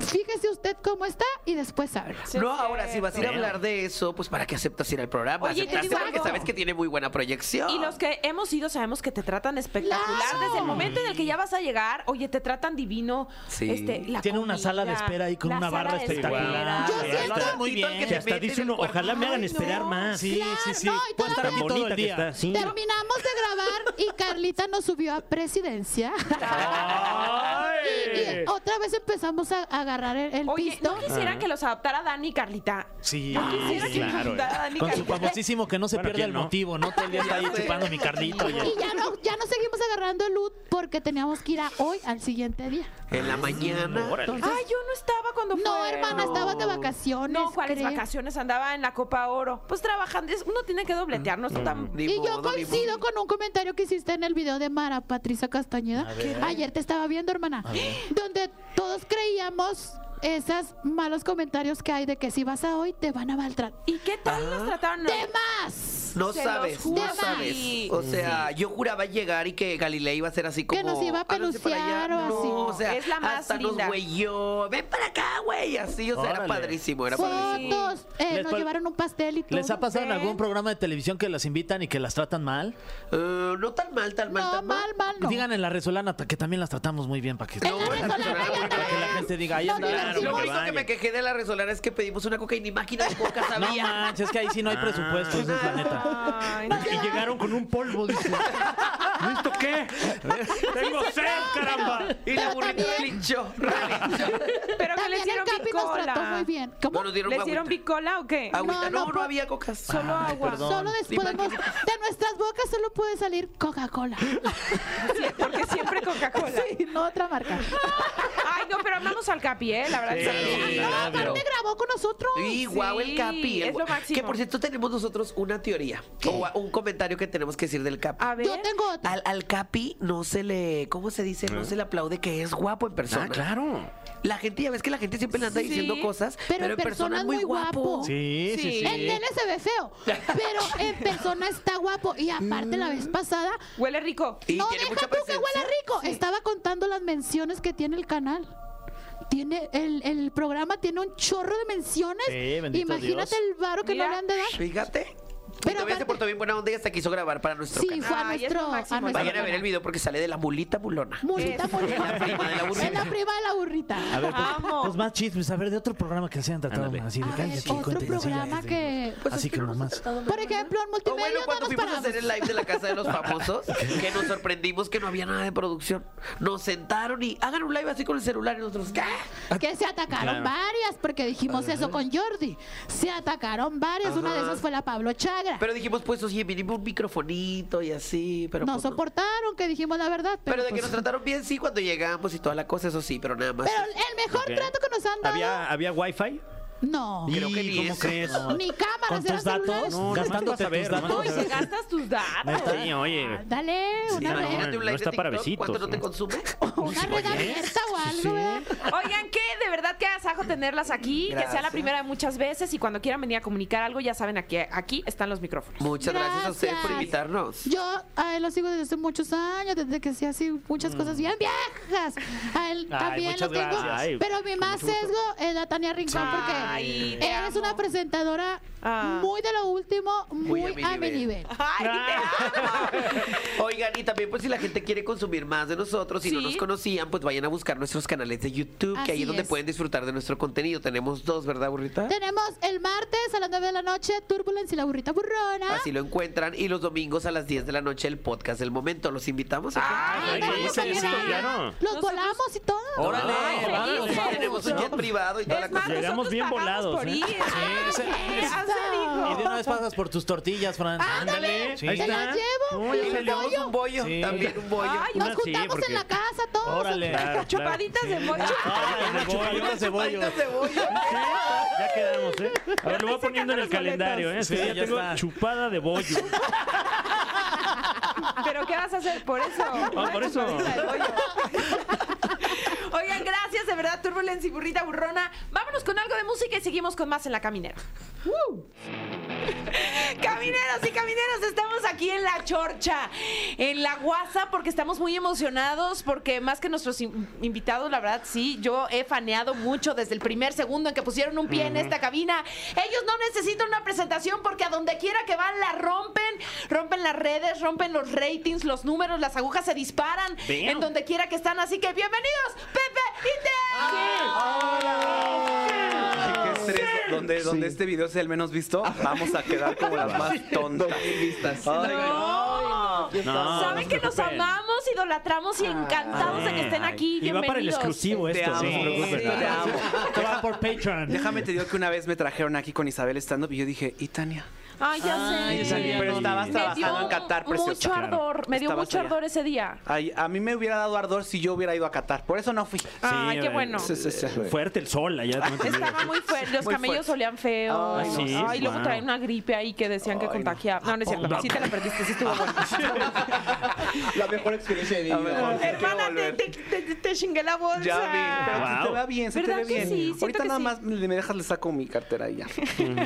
Speaker 5: fíjese usted cómo está y después habla.
Speaker 1: Sí,
Speaker 4: no,
Speaker 1: es
Speaker 4: ahora si vas a ir a
Speaker 1: cierto.
Speaker 4: hablar de eso, pues para qué aceptas ir al programa.
Speaker 1: Oye, y te
Speaker 4: aceptaste
Speaker 1: digo
Speaker 4: porque
Speaker 1: algo.
Speaker 4: sabes que tiene muy buena proyección.
Speaker 1: Y los que hemos ido sabemos que te tratan espectacular
Speaker 5: ¡Claro!
Speaker 1: desde el momento en el que ya vas a llegar. Oye, te tratan divino.
Speaker 4: Sí.
Speaker 1: Este, la
Speaker 3: Tiene una
Speaker 1: comida,
Speaker 3: sala de espera ahí con
Speaker 1: la
Speaker 3: una
Speaker 1: sala
Speaker 3: barra
Speaker 1: de
Speaker 3: espectacular.
Speaker 1: espera.
Speaker 5: Yo siento-
Speaker 3: Lo hacen muy
Speaker 4: Tantito al que
Speaker 3: bien.
Speaker 4: te
Speaker 2: Que hasta
Speaker 4: meten
Speaker 2: dice
Speaker 4: en
Speaker 2: uno,
Speaker 4: el cuarto.
Speaker 2: ojalá me hagan
Speaker 1: Ay,
Speaker 2: esperar
Speaker 1: no.
Speaker 2: más.
Speaker 3: Sí,
Speaker 5: Claro,
Speaker 3: sí, sí.
Speaker 5: no, y
Speaker 3: Puede estar
Speaker 5: todavía-
Speaker 3: aquí todo el
Speaker 2: Bonita que
Speaker 3: día.
Speaker 2: está, sí.
Speaker 5: Terminamos de grabar y Carlita nos subió a presidencia.
Speaker 3: ¡Eh!
Speaker 5: Y, y otra vez empezamos a agarrar el, el
Speaker 1: Oye,
Speaker 5: pisto.
Speaker 1: ¿no quisieran que los adoptara Dani y Carlita?
Speaker 3: Sí.
Speaker 1: ¿No quisieran que los
Speaker 2: claro,
Speaker 1: adoptara
Speaker 2: eh.
Speaker 1: Dani y
Speaker 3: Con su
Speaker 1: Carlita?
Speaker 3: famosísimo que no se
Speaker 2: Bueno,
Speaker 3: pierde
Speaker 2: ¿quién
Speaker 3: el
Speaker 2: no?
Speaker 3: motivo, ¿no? Todo el día está ahí
Speaker 4: Ya sé.
Speaker 3: chupando mi Carlito. oye.
Speaker 5: Y ya no, ya no seguimos agarrando el loot porque teníamos que ir a hoy al siguiente día.
Speaker 4: En la mañana.
Speaker 1: Ay, yo no estaba cuando fue.
Speaker 5: No, hermana, estabas de vacaciones.
Speaker 1: No, ¿cuáles
Speaker 5: creo.
Speaker 1: vacaciones? Andaba en la Copa Oro. Pues trabajando, es- uno tiene que dobletear, no está tan...
Speaker 4: Ni
Speaker 5: Y yo
Speaker 4: modo, ni
Speaker 5: coincido
Speaker 4: modo.
Speaker 5: con un comentario que hiciste en el video de Mara Patricia Castañeda. Ayer te estaba viendo, hermana. Donde todos creíamos esos malos comentarios que hay de que si vas a hoy te van a maltratar.
Speaker 1: ¿Y qué tal nos trataron?
Speaker 5: ¡De más!
Speaker 4: No
Speaker 1: Se
Speaker 4: sabes,
Speaker 1: los
Speaker 4: no
Speaker 5: juro.
Speaker 4: sabes. O sea, yo juraba llegar y que Galilea iba a ser así como.
Speaker 5: Que nos iba a
Speaker 4: "Ábranse para allá".
Speaker 5: pelucear o
Speaker 4: No,
Speaker 5: así.
Speaker 4: O sea,
Speaker 1: Es la más
Speaker 4: hasta
Speaker 1: linda.
Speaker 4: nos güeyó. Ven para acá, güey. Así, o sea, era
Speaker 3: Órale.
Speaker 4: padrísimo. Era padrísimo.
Speaker 5: Fotos, eh,
Speaker 3: Les
Speaker 5: nos
Speaker 3: pa-
Speaker 5: llevaron un pastel y todo.
Speaker 3: ¿Les ha pasado en
Speaker 1: ¿Ven?
Speaker 3: algún programa de televisión que las invitan y que las tratan mal?
Speaker 4: Eh, no tan mal, tan mal,
Speaker 5: No,
Speaker 4: tan mal.
Speaker 5: mal, mal, no.
Speaker 3: Digan en la Resolana que también las tratamos muy bien para que,
Speaker 4: No, bueno,
Speaker 5: Venga,
Speaker 4: claro,
Speaker 5: venga,
Speaker 4: porque
Speaker 3: para que la
Speaker 5: venga.
Speaker 3: gente diga, ahí
Speaker 5: Nos
Speaker 3: andaban".
Speaker 5: divertimos.
Speaker 4: Lo
Speaker 2: que
Speaker 4: único que
Speaker 2: vaya.
Speaker 4: me quejé de la resolana es que pedimos una coca y ni máquina de coca
Speaker 3: No
Speaker 4: sabía.
Speaker 3: manches, es que ahí sí no hay presupuesto, eso Pues es la neta.
Speaker 1: Ay, no.
Speaker 2: Ah. Y llegaron con un polvo, dice. ¿Esto qué? ¡Tengo sed, caramba!
Speaker 4: y la
Speaker 5: Pero
Speaker 4: burrita
Speaker 5: también-
Speaker 4: relinchó, relinchó.
Speaker 1: Pero que les
Speaker 5: También el
Speaker 1: dieron
Speaker 5: Capi nos
Speaker 1: bicola.
Speaker 5: trató muy bien.
Speaker 4: No
Speaker 5: ¿Cómo?
Speaker 4: nos dieron
Speaker 1: ¿Les dieron
Speaker 4: agüita.
Speaker 1: bicola o qué?
Speaker 4: Agüita.
Speaker 5: No,
Speaker 4: No,
Speaker 5: no,
Speaker 4: no,
Speaker 5: por-
Speaker 4: había cocas.
Speaker 1: Solo agua.
Speaker 5: Solo des-
Speaker 4: Sí,
Speaker 5: podemos-
Speaker 4: imagínate.
Speaker 5: de nuestras bocas solo puede salir Coca-Cola.
Speaker 1: Sí, porque siempre Coca-Cola.
Speaker 5: Sí, no otra marca.
Speaker 1: Ay, no, pero amamos al Capi, ¿eh? La verdad es que
Speaker 4: Sí,
Speaker 5: Sí, no,
Speaker 4: claro.
Speaker 5: aparte grabó con nosotros.
Speaker 4: Y guau, el
Speaker 1: Sí,
Speaker 4: Capi. el
Speaker 1: es lo
Speaker 4: guau.
Speaker 1: máximo.
Speaker 4: Que por cierto, tenemos nosotros una teoría o a- un comentario que tenemos que decir del Capi.
Speaker 1: A ver.
Speaker 5: Yo tengo otra.
Speaker 4: Al, al Capi no se le, ¿cómo se dice? No se le aplaude que es guapo en persona.
Speaker 2: Eh. Ah, claro.
Speaker 4: La gente, ya ves que la gente siempre le anda
Speaker 1: Sí.
Speaker 4: diciendo cosas, pero, en persona, es muy guapo.
Speaker 3: Sí, sí,
Speaker 1: Sí.
Speaker 3: sí.
Speaker 5: En tele se ve feo, pero en persona está guapo. Y aparte, la vez pasada,
Speaker 1: Huele rico.
Speaker 4: Mm. Y
Speaker 5: no
Speaker 4: tiene
Speaker 5: deja
Speaker 4: mucha
Speaker 5: tú que huela
Speaker 4: presencia.
Speaker 5: rico. Estaba contando las menciones que tiene el canal. Tiene el, el programa tiene un chorro de menciones.
Speaker 3: Sí, bendito
Speaker 5: Imagínate
Speaker 3: Dios.
Speaker 5: el varo que
Speaker 1: Mira.
Speaker 5: no le han de dar.
Speaker 4: Fíjate. Pero
Speaker 5: Pero
Speaker 4: todavía se
Speaker 5: aparte-
Speaker 4: portó bien buena onda y hasta quiso grabar para nuestro
Speaker 5: Sí,
Speaker 4: canal.
Speaker 5: fue a
Speaker 1: Ay, es lo
Speaker 5: nuestro, a
Speaker 1: máximo.
Speaker 5: nuestro
Speaker 4: Vayan a ver
Speaker 5: canal.
Speaker 4: el video porque sale de la mulita bulona.
Speaker 5: Mulita,
Speaker 1: Es-
Speaker 5: mulita.
Speaker 4: Es la prima de la burrita.
Speaker 5: Es la prima de la burrita.
Speaker 3: A ver, pues,
Speaker 1: Amo.
Speaker 3: pues más chismes, a ver, de otro programa que se han tratado
Speaker 2: Ándale.
Speaker 3: así de
Speaker 5: A ver,
Speaker 3: cállate,
Speaker 5: otro
Speaker 3: cuéntale, así,
Speaker 5: programa
Speaker 3: así,
Speaker 5: que-
Speaker 2: Ah,
Speaker 3: así que nomás.
Speaker 5: Por ejemplo, en
Speaker 4: O
Speaker 5: multimedia
Speaker 4: Pues, bueno,
Speaker 5: no
Speaker 4: cuando
Speaker 5: nos
Speaker 4: fuimos a
Speaker 5: paramos.
Speaker 4: hacer el live de la casa de los famosos, que nos sorprendimos que no había nada de producción. Nos sentaron y hagan un live así con el celular y nosotros, ¿qué?
Speaker 5: Que se atacaron
Speaker 2: Claro.
Speaker 5: varias, porque dijimos eso con Jordi. Se atacaron varias. Una de
Speaker 4: Ajá.
Speaker 5: esas fue la Pablo Chagra.
Speaker 4: Pero dijimos, pues, oye, mínimo un microfonito y así, pero.
Speaker 5: no
Speaker 4: pues, no.
Speaker 5: soportaron que dijimos la verdad. Pero,
Speaker 4: Pero de que
Speaker 5: pues-
Speaker 4: nos trataron bien, sí, cuando llegamos y toda la cosa, eso sí, pero nada más.
Speaker 5: Pero el mejor
Speaker 2: Ok.
Speaker 5: trato que nos han dado.
Speaker 2: ¿Había, ¿Había wifi?
Speaker 5: No.
Speaker 4: Creo que
Speaker 2: ¿Y
Speaker 4: ni
Speaker 2: ¿Cómo
Speaker 4: eso.
Speaker 2: crees?
Speaker 5: Ni cámaras,
Speaker 3: ¿Con
Speaker 5: eran
Speaker 3: tus datos?
Speaker 5: celulares.
Speaker 2: No, nomás
Speaker 3: ¿Gastándote
Speaker 2: para
Speaker 3: tus
Speaker 2: saber,
Speaker 1: No,
Speaker 3: datos?
Speaker 1: y se gastas tus datos.
Speaker 2: Sí, oye.
Speaker 5: Dale,
Speaker 4: Sí,
Speaker 5: una, red,
Speaker 4: imagínate un
Speaker 2: no
Speaker 4: live de
Speaker 2: está para
Speaker 4: TikTok,
Speaker 2: besitos,
Speaker 4: ¿Cuánto no te
Speaker 2: ¿no?
Speaker 4: consume?
Speaker 5: una red abierta o algo, ¿eh? ¿verdad?
Speaker 1: Oigan, qué de verdad que agasajo tenerlas aquí, que sea la
Speaker 4: Gracias.
Speaker 1: primera de muchas veces y cuando quieran venir a comunicar algo, ya saben, aquí, aquí están los micrófonos.
Speaker 4: Muchas gracias. a ustedes por
Speaker 5: Gracias.
Speaker 4: invitarnos.
Speaker 5: Yo a él lo sigo desde hace muchos años, desde que hacía así muchas cosas bien viejas. A él
Speaker 3: Ay,
Speaker 5: también
Speaker 3: muchas
Speaker 5: lo tengo.
Speaker 3: gracias. Ay,
Speaker 5: pero mi más sesgo es la Tania Rincón, porque
Speaker 1: Ay, te
Speaker 5: eres
Speaker 1: amo.
Speaker 5: una presentadora
Speaker 1: Ah.
Speaker 5: muy de lo último,
Speaker 4: Muy
Speaker 5: muy,
Speaker 4: a
Speaker 5: a,
Speaker 4: mi
Speaker 5: mi
Speaker 4: nivel.
Speaker 5: nivel.
Speaker 1: ¡Ay, te amo!
Speaker 4: Oigan, y también pues si la gente quiere consumir más de nosotros y no
Speaker 1: Sí.
Speaker 4: nos conocían, pues vayan a buscar nuestros canales de YouTube, que ahí
Speaker 5: Así
Speaker 4: es donde
Speaker 5: es.
Speaker 4: pueden disfrutar de nuestro contenido. Tenemos dos, ¿verdad, burrita?
Speaker 5: Tenemos el martes a las 9 de la noche Turbulence y la burrita burrona.
Speaker 4: Así lo encuentran. Y los domingos a las 10 de la noche el podcast del momento. Los invitamos.
Speaker 7: ¡Ah!
Speaker 4: a
Speaker 2: Ay,
Speaker 5: Ándale,
Speaker 2: ¿qué
Speaker 5: pues,
Speaker 2: es esto?
Speaker 5: también.
Speaker 2: Claro.
Speaker 5: Los volamos y todo.
Speaker 3: Órale,
Speaker 1: Ay,
Speaker 3: vámonos,
Speaker 1: felices.
Speaker 3: vámonos.
Speaker 4: Tenemos un jet privado y toda la
Speaker 1: Es más,
Speaker 4: cosa.
Speaker 2: Llegamos
Speaker 1: nosotros
Speaker 2: bien
Speaker 1: pagamos
Speaker 2: volados,
Speaker 1: por
Speaker 2: ¿eh?
Speaker 1: ir.
Speaker 3: Sí,
Speaker 1: Ay,
Speaker 3: ese-
Speaker 1: ya se
Speaker 3: Y de
Speaker 1: dijo.
Speaker 3: una vez pasas por tus tortillas, Fran.
Speaker 5: Ándale,
Speaker 3: Sí.
Speaker 5: te la llevo.
Speaker 2: No,
Speaker 5: y
Speaker 4: Y
Speaker 5: un
Speaker 4: le damos
Speaker 5: pollo.
Speaker 4: un bollo.
Speaker 3: Sí.
Speaker 4: También un bollo.
Speaker 1: Ay,
Speaker 2: Una
Speaker 5: Nos
Speaker 2: sí,
Speaker 5: juntamos
Speaker 2: porque-
Speaker 5: en la casa todos.
Speaker 3: Órale.
Speaker 2: Claro,
Speaker 1: Chupaditas de
Speaker 2: claro.
Speaker 1: mocha.
Speaker 2: Ay, de bollo.
Speaker 3: Chupadita de bollo.
Speaker 4: Palitas de bollo.
Speaker 2: Ya quedamos, ¿eh? A ver, lo voy poniendo en el
Speaker 1: los boletos.
Speaker 2: calendario, ¿eh?
Speaker 3: Sí,
Speaker 2: Sí, ya
Speaker 3: ya
Speaker 2: tengo
Speaker 3: está.
Speaker 2: chupada de bollo.
Speaker 1: ¿Pero qué vas a hacer por eso? Una
Speaker 2: Ah, por eso.
Speaker 1: chupadita de bollo. Oigan, gracias, de verdad, Turbulence y Burrita Burrona. Vámonos con algo de música y seguimos con más en La Caminera. Camineros y camineros, estamos aquí en la chorcha, en la guasa, porque estamos muy emocionados, porque más que nuestros in- invitados, la verdad, sí, yo he faneado mucho desde el primer segundo en que pusieron un pie en esta cabina. Ellos no necesitan una presentación porque a donde quiera que van la rompen, rompen las redes, rompen los ratings, los números, las agujas se disparan
Speaker 2: Vean.
Speaker 1: en donde quiera que están. Así que bienvenidos, Pepe y Teo.
Speaker 7: Qué estrés. Donde, donde este video sea el menos visto, vamos a quedar como las más tontas. Ay,
Speaker 1: No.
Speaker 2: No,
Speaker 1: Saben
Speaker 2: no se
Speaker 1: que los
Speaker 2: preocupen.
Speaker 1: amamos, idolatramos y encantados de que estén aquí.
Speaker 2: Y va para el
Speaker 1: Bienvenidos.
Speaker 2: exclusivo
Speaker 7: Te
Speaker 2: esto,
Speaker 7: amo,
Speaker 2: no se
Speaker 7: sí,
Speaker 2: preocupen.
Speaker 7: te amo.
Speaker 3: Te va por Patreon.
Speaker 7: Déjame te digo que una vez me trajeron aquí con Isabel stand up y yo dije, ¿y Tania?
Speaker 1: Ay, ya
Speaker 3: Ay,
Speaker 1: sé.
Speaker 3: esa niña
Speaker 7: Pero
Speaker 3: no-
Speaker 7: estabas
Speaker 1: Me
Speaker 7: trabajando
Speaker 1: dio
Speaker 7: en Qatar, preciosa.
Speaker 1: Mucho ardor, me dio
Speaker 7: Estabas
Speaker 1: mucho
Speaker 7: allá.
Speaker 1: ardor ese día.
Speaker 7: Ay, a mí me hubiera dado ardor si yo hubiera ido a Qatar. Por eso no fui.
Speaker 1: Ay, qué
Speaker 2: eh,
Speaker 1: bueno.
Speaker 7: Sí, sí, sí.
Speaker 2: Fuerte el sol allá. tengo entendido.
Speaker 1: Estaba muy fuerte, los
Speaker 7: Muy
Speaker 1: camellos
Speaker 7: fuerte.
Speaker 1: olían feo.
Speaker 7: Ay,
Speaker 1: Ay,
Speaker 7: no.
Speaker 2: Sí,
Speaker 1: luego
Speaker 2: wow.
Speaker 1: traían una gripe ahí que decían que
Speaker 7: Ay, no.
Speaker 1: contagiaba. No, no es cierto,
Speaker 2: No.
Speaker 1: sí te la perdiste, sí estuvo bueno.
Speaker 7: La mejor experiencia de mi
Speaker 4: vida.
Speaker 1: Hermana, te, te, te- te chingué la bolsa.
Speaker 7: Ya vi. Pero
Speaker 2: Wow.
Speaker 7: se te va bien, se te
Speaker 1: ¿Verdad
Speaker 7: ve
Speaker 1: que
Speaker 7: bien.
Speaker 1: sí? Siento
Speaker 7: Ahorita
Speaker 1: que
Speaker 7: nada
Speaker 1: sí.
Speaker 7: más le- me dejas, le saco mi cartera y ya.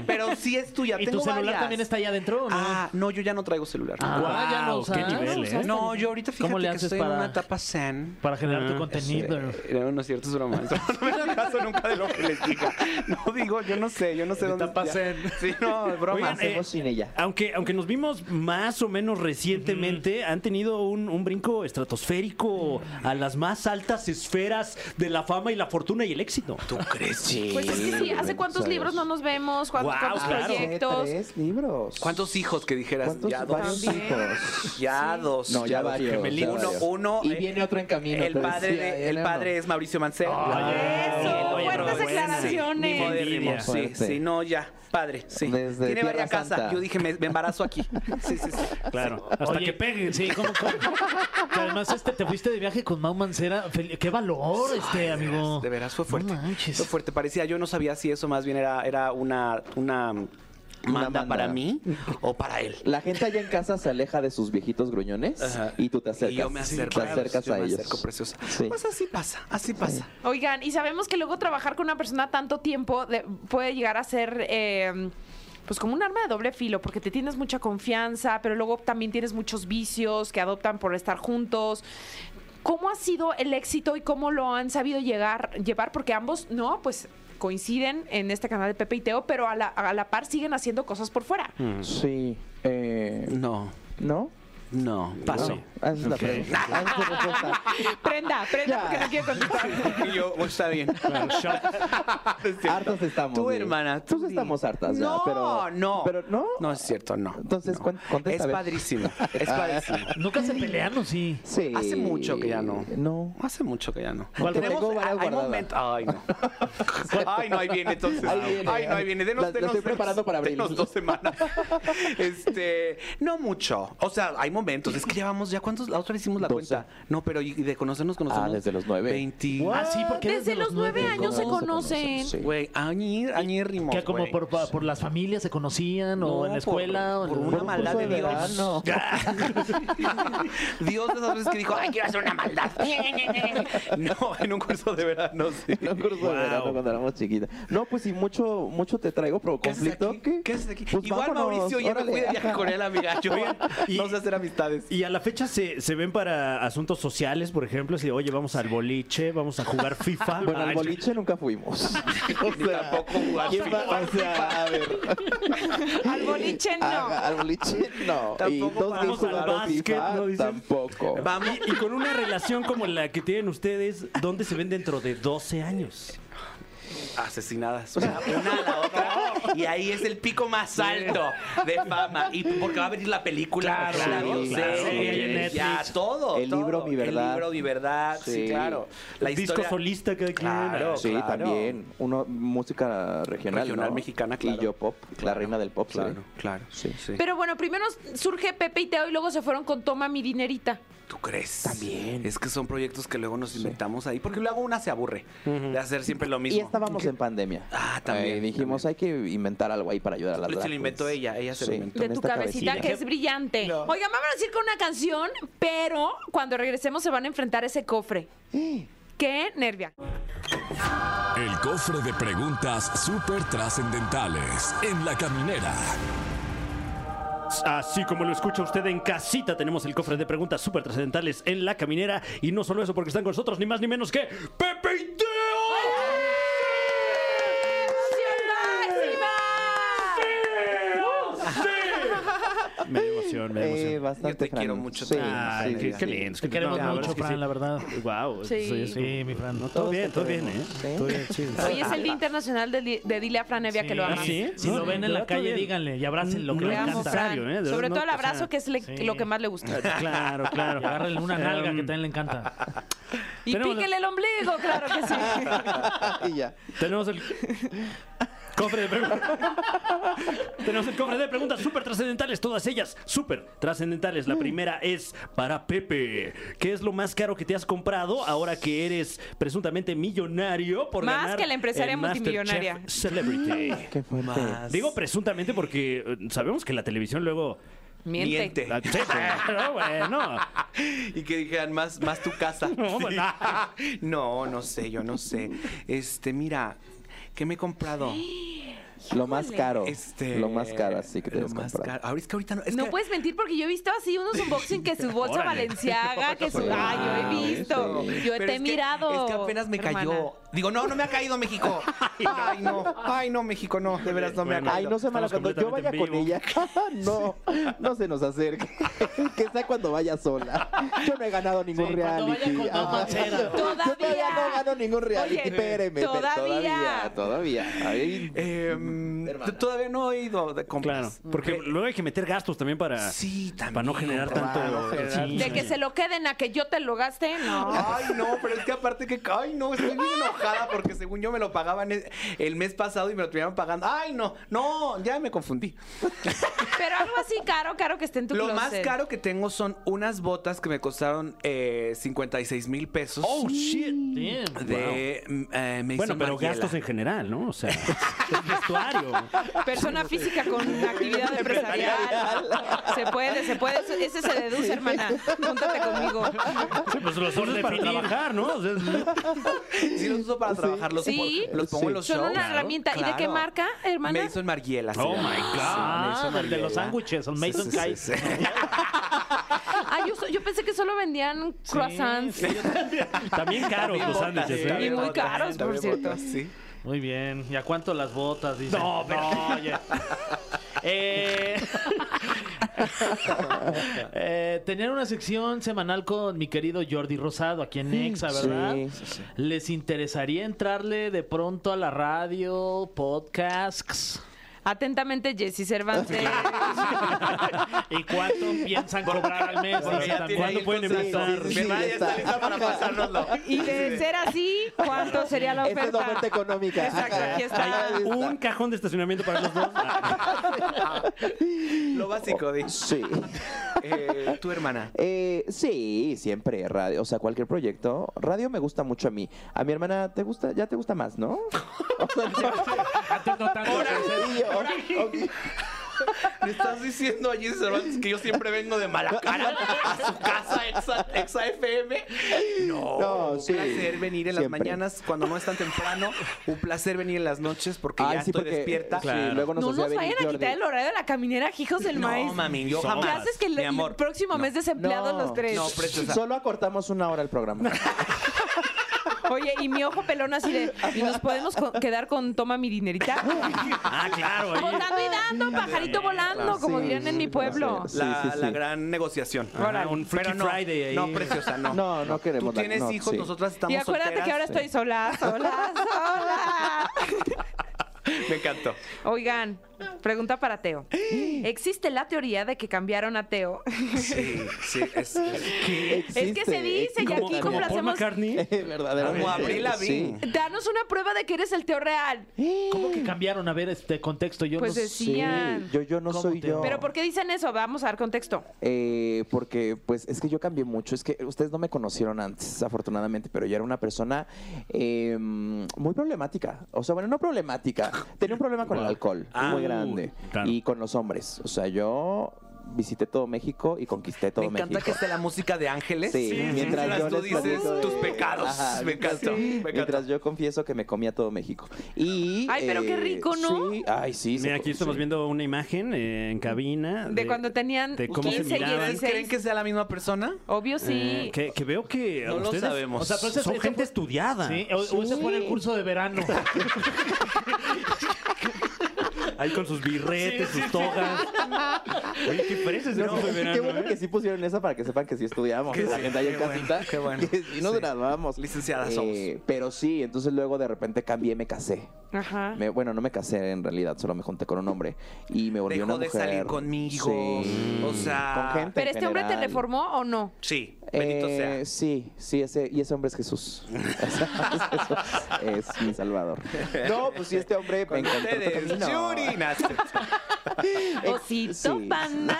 Speaker 7: Pero sí es tuya,
Speaker 3: ¿Y tu
Speaker 7: tengo
Speaker 3: celular
Speaker 7: varias.
Speaker 3: también está allá adentro o no?
Speaker 7: Ah, no, yo ya no traigo celular.
Speaker 3: Ah, ya no
Speaker 2: Guau, qué
Speaker 3: usas.
Speaker 2: nivel, ¿eh?
Speaker 7: No, yo ahorita fíjate
Speaker 3: ¿Cómo le
Speaker 7: que
Speaker 3: haces
Speaker 7: estoy en
Speaker 3: para-
Speaker 7: una etapa zen.
Speaker 3: Para generar tu
Speaker 2: Ah,
Speaker 3: contenido.
Speaker 7: Eh, no, no es cierto, es broma. No me hagan caso nunca de lo que les diga. No digo, yo no sé, yo no sé dónde.
Speaker 2: Etapa
Speaker 7: ya.
Speaker 2: zen.
Speaker 7: Sí, no, es broma.
Speaker 2: Oigan, eh, Aunque, aunque nos vimos más o menos recientemente, han tenido un, un brinco estratosférico a las más altas esferas de la fama y la fortuna y el éxito.
Speaker 1: Pues es que sí, ¿hace cuántos libros no nos vemos? ¿Cuántos,
Speaker 2: Guau,
Speaker 1: cuántos
Speaker 2: claro.
Speaker 1: proyectos?
Speaker 8: Tres libros.
Speaker 7: ¿Cuántos hijos que dijeras?
Speaker 8: ¿Cuántos?
Speaker 7: ya dos.
Speaker 8: varios
Speaker 1: También.
Speaker 8: hijos.
Speaker 7: Ya dos.
Speaker 8: No, ya
Speaker 7: dos
Speaker 8: varios, ya
Speaker 7: gemelinos.
Speaker 8: varios.
Speaker 7: Uno, uno.
Speaker 8: Y
Speaker 7: eh,
Speaker 8: viene otro en camino.
Speaker 7: el
Speaker 8: te
Speaker 7: padre,
Speaker 8: decía,
Speaker 7: de- el
Speaker 8: viene
Speaker 7: padre
Speaker 8: uno.
Speaker 7: es Mauricio Mancera.
Speaker 1: Eso. Oye, fuertes
Speaker 4: pero buena.
Speaker 1: declaraciones.
Speaker 4: Sí, ni modo de
Speaker 2: Envidia.
Speaker 4: rimos. Sí,
Speaker 8: Fuerte.
Speaker 4: sí, no, ya. Padre, sí.
Speaker 8: Desde
Speaker 4: Tiene
Speaker 8: Tierra
Speaker 4: varias casas.
Speaker 8: Santa.
Speaker 4: Yo dije, me, me embarazo aquí. Sí, sí, sí.
Speaker 2: Claro. Hasta
Speaker 3: Oye,
Speaker 2: que peguen.
Speaker 3: Sí, ¿cómo, cómo? Que además este, te fuiste de viaje con Mau Mancera. Fel- ¡Qué valor, este, amigo!
Speaker 4: De veras, fue fuerte.
Speaker 3: No manches.
Speaker 4: Fue fuerte. Parecía, yo no sabía si eso más bien era, era una, una manda
Speaker 8: manda.
Speaker 4: para mí o para él.
Speaker 8: La gente allá en casa se aleja de sus viejitos gruñones y tú te acercas.
Speaker 4: Y yo me acerco.
Speaker 8: Te acercas
Speaker 4: yo
Speaker 8: a
Speaker 4: me
Speaker 8: ellos.
Speaker 4: acerco, preciosa.
Speaker 8: Sí.
Speaker 4: Pues así pasa, así pasa.
Speaker 1: Oigan, y sabemos que luego trabajar con una persona tanto tiempo de- puede llegar a ser... eh, pues como un arma de doble filo, porque te tienes mucha confianza, pero luego también tienes muchos vicios que adoptan por estar juntos. ¿Cómo ha sido el éxito y cómo lo han sabido llegar, llevar? Porque ambos, no, pues coinciden en este canal de Pepe y Teo, pero a la, a la par siguen haciendo cosas por fuera.
Speaker 8: Mm. Sí. Eh,
Speaker 4: No,
Speaker 8: ¿No?
Speaker 4: no. Paso.
Speaker 8: No. Esa es la pregunta. Esa es la respuesta.
Speaker 1: Eh, Prenda, prenda,
Speaker 8: Ya.
Speaker 1: porque no quiero contestar.
Speaker 4: Y yo, bueno, está bien. Es cierto.
Speaker 8: Hartas estamos.
Speaker 4: Tú,
Speaker 8: de-
Speaker 4: hermana.
Speaker 8: Tú
Speaker 4: di.
Speaker 8: estamos hartas. ya,
Speaker 4: No,
Speaker 8: pero,
Speaker 4: no.
Speaker 8: Pero no.
Speaker 4: No, es cierto, no.
Speaker 8: Entonces,
Speaker 4: no.
Speaker 8: cuen- contesta,
Speaker 4: Es
Speaker 8: a ver. Ah.
Speaker 4: padrísimo. Es padrísimo.
Speaker 3: Nunca se pelearon, sí.
Speaker 8: Sí.
Speaker 4: Hace mucho que ya no.
Speaker 8: No.
Speaker 4: Hace mucho que ya no.
Speaker 8: ¿Cuál tengo varias
Speaker 4: hay
Speaker 8: guardadas.
Speaker 4: momentos- Ay, no. Ay, no, ahí viene entonces.
Speaker 8: Ahí viene.
Speaker 4: Ay, no, ahí viene. Denos,
Speaker 8: La- la
Speaker 4: denos-
Speaker 8: estoy preparando para abril.
Speaker 4: denos dos semanas. Este, no mucho. O sea, hay momentos. Es que llevamos ya cuántos. La otra vez hicimos la
Speaker 8: Doce.
Speaker 4: cuenta. No, pero y de conocernos, conocemos.
Speaker 8: Ah, desde los nueve.
Speaker 4: 20.
Speaker 3: Ah, sí, porque
Speaker 1: Desde los nueve
Speaker 8: ¿Cómo
Speaker 1: años se
Speaker 8: no
Speaker 1: conocen.
Speaker 8: Sí.
Speaker 4: Güey, añir, añirrimos.
Speaker 3: Que como
Speaker 4: güey.
Speaker 3: por, por las familias se conocían
Speaker 4: No,
Speaker 3: o en la escuela.
Speaker 4: por-
Speaker 3: o en
Speaker 4: por
Speaker 3: el-
Speaker 4: una maldad
Speaker 8: Curso
Speaker 4: de Dios.
Speaker 8: verano.
Speaker 4: Dios de esas veces que dijo, ay, quiero hacer una maldad. no, en un curso de verano, sí.
Speaker 8: No, un curso de verano cuando éramos chiquitas. No, pues sí, mucho, mucho te traigo, pero
Speaker 4: ¿Qué haces
Speaker 8: conflicto.
Speaker 4: aquí?
Speaker 8: ¿qué?
Speaker 4: ¿Qué haces aquí?
Speaker 8: Pues
Speaker 4: Igual
Speaker 8: vámonos,
Speaker 4: Mauricio ya me
Speaker 8: órale,
Speaker 4: fui de viaje
Speaker 8: ajá.
Speaker 4: con él, amiga. Yo
Speaker 2: Y-
Speaker 4: no sé hacer amistades.
Speaker 2: Y a la fecha se, se ven para asuntos sociales, por ejemplo, si oye, vamos al boliche, vamos a jugar FIFA.
Speaker 8: Bueno, al
Speaker 2: Ay,
Speaker 8: boliche nunca fuimos. O
Speaker 4: Ni tampoco jugar
Speaker 8: ¿quién
Speaker 4: FIFA.
Speaker 8: va- O sea, a ver.
Speaker 1: Al boliche no.
Speaker 8: Ajá, al boliche no. y
Speaker 4: Tampoco
Speaker 8: dos gays
Speaker 2: vamos al
Speaker 8: jugaron
Speaker 2: básquet,
Speaker 8: FIFA,
Speaker 2: ¿no dicen?
Speaker 8: tampoco.
Speaker 4: Vamos.
Speaker 2: Y con una relación como la que tienen ustedes, ¿dónde se ven dentro de 12 años?
Speaker 4: Asesinadas. Una, una a la otra. Y ahí es el pico más alto de fama. Y porque va a venir la película,
Speaker 3: Claro,
Speaker 4: la
Speaker 3: sí,
Speaker 4: bioserie,
Speaker 3: claro. Netflix.
Speaker 4: ya todo.
Speaker 8: El
Speaker 4: todo.
Speaker 8: libro Mi Verdad.
Speaker 4: El libro Mi Verdad, sí,
Speaker 8: Sí.
Speaker 4: claro. La
Speaker 2: Disco
Speaker 4: historia
Speaker 2: solista cada quien.
Speaker 4: Claro.
Speaker 8: Sí,
Speaker 4: claro.
Speaker 8: también. Uno, música regional.
Speaker 4: Regional
Speaker 8: ¿no?
Speaker 4: mexicana, claro.
Speaker 8: Y yo pop, la reina del pop,
Speaker 4: Claro,
Speaker 8: claro.
Speaker 4: claro.
Speaker 8: Sí.
Speaker 1: Pero bueno, primero surge Pepe y Teo y luego se fueron con Toma mi dinerita.
Speaker 4: ¿Tú crees?
Speaker 8: También.
Speaker 4: Es que son proyectos que luego nos inventamos ahí. Porque luego una se aburre de hacer siempre lo mismo.
Speaker 8: Y estábamos en pandemia.
Speaker 4: Ah, también,
Speaker 8: Eh, dijimos, hay que inventar algo ahí para ayudar a las
Speaker 4: Se
Speaker 8: drag
Speaker 4: lo inventó
Speaker 8: queens.
Speaker 4: ella, ella se lo
Speaker 8: Sí.
Speaker 4: inventó.
Speaker 1: De
Speaker 8: Con
Speaker 1: tu
Speaker 8: esta
Speaker 1: cabecita,
Speaker 8: cabecita.
Speaker 1: que es brillante.
Speaker 4: No.
Speaker 1: Oigan, vamos a ir con una canción, pero cuando regresemos se van a enfrentar a ese cofre.
Speaker 8: Eh,
Speaker 1: ¡Qué nervia!
Speaker 6: El cofre de preguntas súper trascendentales en la caminera.
Speaker 2: Así como lo escucha usted en casita, tenemos el cofre de preguntas súper trascendentales en la caminera. Y no solo eso, porque están con nosotros ni más ni menos que Pepe y Teo. Me dio emoción, me dio
Speaker 8: Eh,
Speaker 2: emoción.
Speaker 8: bastante
Speaker 4: Yo te quiero
Speaker 8: Fran.
Speaker 4: mucho,
Speaker 8: Sí,
Speaker 4: Fran.
Speaker 2: Ay,
Speaker 8: sí,
Speaker 2: qué,
Speaker 8: sí,
Speaker 2: qué
Speaker 8: sí.
Speaker 2: lindo.
Speaker 3: Te queremos
Speaker 2: No,
Speaker 3: mucho,
Speaker 2: es que
Speaker 3: Fran,
Speaker 2: sí.
Speaker 3: la verdad.
Speaker 2: Wow,
Speaker 1: Sí.
Speaker 2: sí,
Speaker 3: Sí, mi Fran. No,
Speaker 2: Todo bien,
Speaker 8: te
Speaker 2: todo bien, ¿eh?
Speaker 8: queremos, ¿sí?
Speaker 2: Todo bien, sí.
Speaker 1: Hoy es el Día Internacional de, Di- de Dile a Fran Evia que lo
Speaker 3: Sí.
Speaker 1: amas.
Speaker 3: ¿Ah, sí? Si lo ven en la
Speaker 2: Todo
Speaker 3: calle,
Speaker 2: bien.
Speaker 3: díganle y abrácenlo, que
Speaker 2: No
Speaker 1: Le
Speaker 3: le
Speaker 2: es
Speaker 1: amo,
Speaker 3: encanta.
Speaker 1: Fran.
Speaker 2: necesario, ¿eh? De verdad,
Speaker 1: Sobre
Speaker 2: no,
Speaker 1: todo el
Speaker 2: o sea,
Speaker 1: abrazo, que es le-
Speaker 3: sí.
Speaker 1: lo que más le gusta.
Speaker 2: Claro, claro.
Speaker 3: Y agárrenle una nalga que
Speaker 2: Um,
Speaker 3: también le
Speaker 4: Ah,
Speaker 3: encanta.
Speaker 1: Y
Speaker 2: Tenemos-
Speaker 1: píquele el ombligo, claro que sí.
Speaker 8: y ya.
Speaker 2: Tenemos el cofre de preguntas. Tenemos el cofre de preguntas súper trascendentales, todas ellas súper trascendentales. La
Speaker 1: Mm.
Speaker 2: primera es para Pepe. ¿Qué es lo más caro que te has comprado ahora que eres presuntamente millonario por
Speaker 1: Más
Speaker 2: ganar
Speaker 1: que la empresaria
Speaker 2: el MasterChef
Speaker 1: multimillonaria.
Speaker 2: Celebrity.
Speaker 8: Qué fuerte.
Speaker 2: Digo presuntamente porque eh, sabemos que la televisión luego...
Speaker 1: Miente.
Speaker 4: Miente.
Speaker 2: Ah, sí, pero bueno.
Speaker 4: Y que dijeran más, más tu casa.
Speaker 2: No,
Speaker 4: Sí.
Speaker 2: pues, ah.
Speaker 4: no, no sé, yo no sé. Este, mira, ¿qué me he comprado?
Speaker 8: Lo más caro.
Speaker 4: Este,
Speaker 8: Lo más caro, así que te
Speaker 4: lo
Speaker 8: has
Speaker 4: más
Speaker 8: comprado.
Speaker 4: caro. Ahora es que ahorita no. Es
Speaker 1: No pues,
Speaker 4: que-
Speaker 1: puedes mentir porque yo he visto así unos unboxing que su bolsa
Speaker 2: Órale.
Speaker 1: valenciaga, que su... Ay, yo he visto.
Speaker 8: Ah, Sí.
Speaker 1: Yo
Speaker 4: Ah, este. Pero
Speaker 1: te he
Speaker 4: es que-
Speaker 1: mirado.
Speaker 4: Es que apenas me cayó.
Speaker 1: hermana.
Speaker 4: Digo, no, no me ha caído México. Ay, no. Ay, no, México, no. De veras no me ha
Speaker 2: Bueno.
Speaker 4: caído.
Speaker 8: Ay, no se me
Speaker 2: Estamos
Speaker 8: cuando yo vaya
Speaker 2: completamente
Speaker 8: con
Speaker 2: en vivo.
Speaker 8: ella. no, no se nos acerque. que sea cuando vaya sola. Yo no he ganado ningún
Speaker 3: Sí, cuando
Speaker 8: reality.
Speaker 3: vaya con Mau
Speaker 8: Ah,
Speaker 3: Mancera.
Speaker 8: yo todavía
Speaker 1: Todavía.
Speaker 8: no gano ningún reality.
Speaker 1: Oye,
Speaker 8: Espéreme, pero
Speaker 1: todavía.
Speaker 8: Todavía, todavía. Ay,
Speaker 4: Em,
Speaker 9: hermana.
Speaker 4: Todavía no he ido de
Speaker 2: Claro,
Speaker 4: compras.
Speaker 2: porque luego hay que meter gastos también para,
Speaker 4: Sí, también.
Speaker 2: para no generar
Speaker 4: para
Speaker 2: tanto.
Speaker 4: no generar-
Speaker 2: sí,
Speaker 1: De que
Speaker 2: sí.
Speaker 1: se lo queden a que yo te lo gaste, no.
Speaker 4: Ay, no, pero es que aparte que. Ay, no, estoy bien enojada porque según yo me lo pagaban es- el mes pasado y me lo tuvieron pagando. Ay, no, no, ya me confundí.
Speaker 1: Pero algo así caro, caro que esté en tu
Speaker 4: Lo más
Speaker 1: closet.
Speaker 4: caro que tengo son unas botas que me costaron eh, 56 mil pesos.
Speaker 2: Oh, shit.
Speaker 3: Damn.
Speaker 4: de mm, eh, Maison
Speaker 2: Bueno, pero
Speaker 4: Margiela.
Speaker 2: gastos en general, ¿no? O sea, el vestuario.
Speaker 1: Persona física con actividad empresarial. Se puede, se puede. Ese se deduce, hermana. Júntate conmigo.
Speaker 2: Sí, pues los usas para trabajar, ¿no? O sea, es-
Speaker 4: Sí, los uso para trabajar. Los,
Speaker 1: Sí.
Speaker 4: los pongo en los
Speaker 1: Son
Speaker 4: shows.
Speaker 1: una herramienta. ¿Y de qué marca, hermana?
Speaker 4: Mason Margiela. se
Speaker 2: Oh,
Speaker 4: llama.
Speaker 2: my God.
Speaker 4: Sí,
Speaker 3: Ah,
Speaker 4: Maison
Speaker 3: el de los
Speaker 4: Margiela.
Speaker 3: sándwiches, el
Speaker 4: Sí,
Speaker 3: Mason
Speaker 4: sí, sí,
Speaker 3: Kai.
Speaker 4: sí.
Speaker 1: Ah, yo, so- yo pensé que solo vendían croissants.
Speaker 2: también caros los sándwiches,
Speaker 4: Sí,
Speaker 1: Y
Speaker 2: ¿eh?
Speaker 4: también
Speaker 1: muy
Speaker 4: botas,
Speaker 1: caros, por
Speaker 4: también
Speaker 1: cierto.
Speaker 4: botas, sí.
Speaker 3: Muy bien. ¿Y a cuánto las botas? Dice? No, oye. Eh, eh, tenían una sección semanal con mi querido Jordi Rosado aquí en Nexa, ¿verdad? ¿Les interesaría entrarle de pronto a la radio, podcasts?
Speaker 1: Atentamente, Jessy Cervantes.
Speaker 3: ¿Y cuánto piensan cobrar al mes?
Speaker 4: Porque ya tiene ahí
Speaker 3: ¿Cuándo
Speaker 4: el
Speaker 3: pueden
Speaker 4: concepto.
Speaker 3: empezar?
Speaker 4: Mi hermana ya está lista para pasárnoslo.
Speaker 1: Y de ser así, ¿cuánto sería la
Speaker 8: Esta es la
Speaker 1: oferta?
Speaker 8: oferta económica.
Speaker 1: Exacto, aquí está.
Speaker 8: Ahí
Speaker 2: Un cajón de estacionamiento para los dos. Oh.
Speaker 4: Lo básico, Di.
Speaker 8: Sí.
Speaker 4: Eh, tu hermana.
Speaker 8: Eh, sí, siempre radio. O sea, cualquier proyecto. Radio me gusta mucho a mí. A mi hermana te gusta, ya te gusta más, ¿no? O sea, no.
Speaker 3: Antes no tanto, pero-
Speaker 8: Y yo, ok.
Speaker 4: Le estás diciendo a Jesse Cervantes que yo siempre vengo de mala cara a su casa, Exa, Exa FM. No,
Speaker 8: No, sí,
Speaker 4: un placer venir en las
Speaker 8: siempre.
Speaker 4: mañanas cuando no es tan temprano. Un placer venir en las noches porque
Speaker 8: Ay,
Speaker 4: ya
Speaker 8: sí,
Speaker 4: estoy
Speaker 8: porque- eh,
Speaker 4: despierta.
Speaker 8: sí, luego nos
Speaker 1: No
Speaker 8: hacía
Speaker 1: nos
Speaker 8: venir
Speaker 1: vayan a
Speaker 8: Jordi.
Speaker 1: quitar el horario de la caminera, hijos del
Speaker 4: No,
Speaker 1: maíz.
Speaker 4: mami, yo
Speaker 1: ¿Qué
Speaker 4: jamás,
Speaker 1: haces que el,
Speaker 4: mi
Speaker 1: el
Speaker 4: amor?
Speaker 1: próximo mes desempleados
Speaker 8: No.
Speaker 1: los tres?
Speaker 4: No, preciosa.
Speaker 8: Solo acortamos una hora el programa.
Speaker 1: Oye, y mi ojo pelón así de. ¿Y nos podemos co- quedar con toma mi dinerita?
Speaker 2: Ah, claro, ahí.
Speaker 1: Volando y dando, pajarito volando, como
Speaker 8: Sí,
Speaker 1: dirían en mi
Speaker 8: sí,
Speaker 1: pueblo.
Speaker 8: gracias.
Speaker 4: La,
Speaker 8: Sí, sí, sí.
Speaker 4: la gran negociación.
Speaker 2: Ahora, un Freaky
Speaker 4: no,
Speaker 2: Friday ahí.
Speaker 4: No, preciosa, no.
Speaker 8: No, no
Speaker 4: Tú
Speaker 8: queremos. la-
Speaker 4: tienes
Speaker 8: no,
Speaker 4: hijos,
Speaker 8: sí.
Speaker 4: nosotras estamos
Speaker 1: Y acuérdate que ahora
Speaker 4: solteras.
Speaker 1: estoy sola, sola, sola.
Speaker 4: Me encantó.
Speaker 1: Oigan, pregunta para Teo. ¿Existe la teoría de que cambiaron a Teo?
Speaker 4: Sí, sí. Es,
Speaker 1: Es que se
Speaker 8: Existe,
Speaker 1: dice y
Speaker 8: como-
Speaker 1: aquí
Speaker 2: Paul
Speaker 8: como
Speaker 1: complacemos.
Speaker 2: McCartney.
Speaker 8: Eh, Verdaderamente.
Speaker 4: Como Avril
Speaker 8: Sí.
Speaker 4: Lavigne.
Speaker 1: Danos una prueba de que eres el Teo real.
Speaker 3: ¿Cómo que cambiaron? A ver, este contexto. Yo
Speaker 1: Pues
Speaker 3: no
Speaker 1: es-
Speaker 3: sé.
Speaker 8: Sí,
Speaker 1: Ian.
Speaker 8: yo, yo no
Speaker 3: ¿Cómo
Speaker 8: soy
Speaker 3: te-
Speaker 8: yo.
Speaker 1: Pero ¿por qué dicen eso? Vamos a dar contexto.
Speaker 8: Eh, porque pues es que yo cambié mucho, es que ustedes no me conocieron antes, afortunadamente, pero yo era una persona eh, muy problemática, o sea, bueno, no problemática, tenía un problema con el alcohol,
Speaker 2: Ah,
Speaker 8: muy grande,
Speaker 2: uh, claro.
Speaker 8: y con los hombres, o sea, yo visité todo México y conquisté todo
Speaker 4: Me encanta que
Speaker 8: México.
Speaker 4: esté la música de Ángeles.
Speaker 8: Sí, mientras yo
Speaker 4: tú
Speaker 8: les
Speaker 4: dices
Speaker 8: platico de-
Speaker 4: tus pecados.
Speaker 8: Ajá,
Speaker 4: me encanta. me encanta.
Speaker 8: Mientras yo confieso que me comía todo México. Y, eh,
Speaker 1: Ay, pero qué rico, ¿no?
Speaker 8: Sí, ay, sí. se-
Speaker 2: Mira, aquí estamos
Speaker 8: sí.
Speaker 2: viendo una imagen eh, en cabina.
Speaker 1: De cuando tenían
Speaker 2: de cómo se
Speaker 1: 15 y
Speaker 2: miraban.
Speaker 4: ¿Ustedes creen
Speaker 1: 16.
Speaker 4: que sea la misma persona?
Speaker 1: Obvio sí.
Speaker 2: Eh, que, que veo que
Speaker 4: No lo
Speaker 2: ustedes
Speaker 4: sabemos.
Speaker 2: o sea, pero ese- son
Speaker 3: ese
Speaker 2: gente
Speaker 3: fue-
Speaker 2: estudiada.
Speaker 3: Sí, o, o ese fue en el curso de verano.
Speaker 2: Ahí con sus birretes, sus togas. Oye, qué pareces de
Speaker 8: No,
Speaker 2: curso de
Speaker 8: qué
Speaker 2: verano,
Speaker 8: bueno
Speaker 2: ¿eh?
Speaker 8: que sí pusieron esa para que sepan que sí estudiamos.
Speaker 4: Que
Speaker 8: la
Speaker 4: sí,
Speaker 8: gente ahí en
Speaker 4: qué bueno,
Speaker 8: casita.
Speaker 4: qué bueno.
Speaker 8: que sí nos
Speaker 4: Sí.
Speaker 8: graduamos. Eh,
Speaker 4: Licenciadas
Speaker 8: Pero sí, entonces luego de repente cambié, me casé.
Speaker 1: Ajá.
Speaker 8: Me- bueno, no me casé en realidad, solo me junté con un hombre. Y me volví
Speaker 4: Dejó
Speaker 8: una
Speaker 4: de
Speaker 8: mujer.
Speaker 4: salir conmigo. Mm.
Speaker 8: Sí.
Speaker 4: O sea.
Speaker 8: Con gente.
Speaker 1: ¿Pero este hombre te
Speaker 8: general.
Speaker 1: reformó o no?
Speaker 4: Sí,
Speaker 8: Eh,
Speaker 4: bendito sea.
Speaker 8: Sí, sí, ese, y ese hombre es Jesús. Ese hombre es, Jesús. Es mi salvador. No, pues sí, este hombre me
Speaker 4: Con
Speaker 8: encontró
Speaker 4: ustedes,
Speaker 8: camino.
Speaker 4: Yuri Nascimento.
Speaker 8: Eh,
Speaker 1: Osito
Speaker 8: sí.
Speaker 1: pana.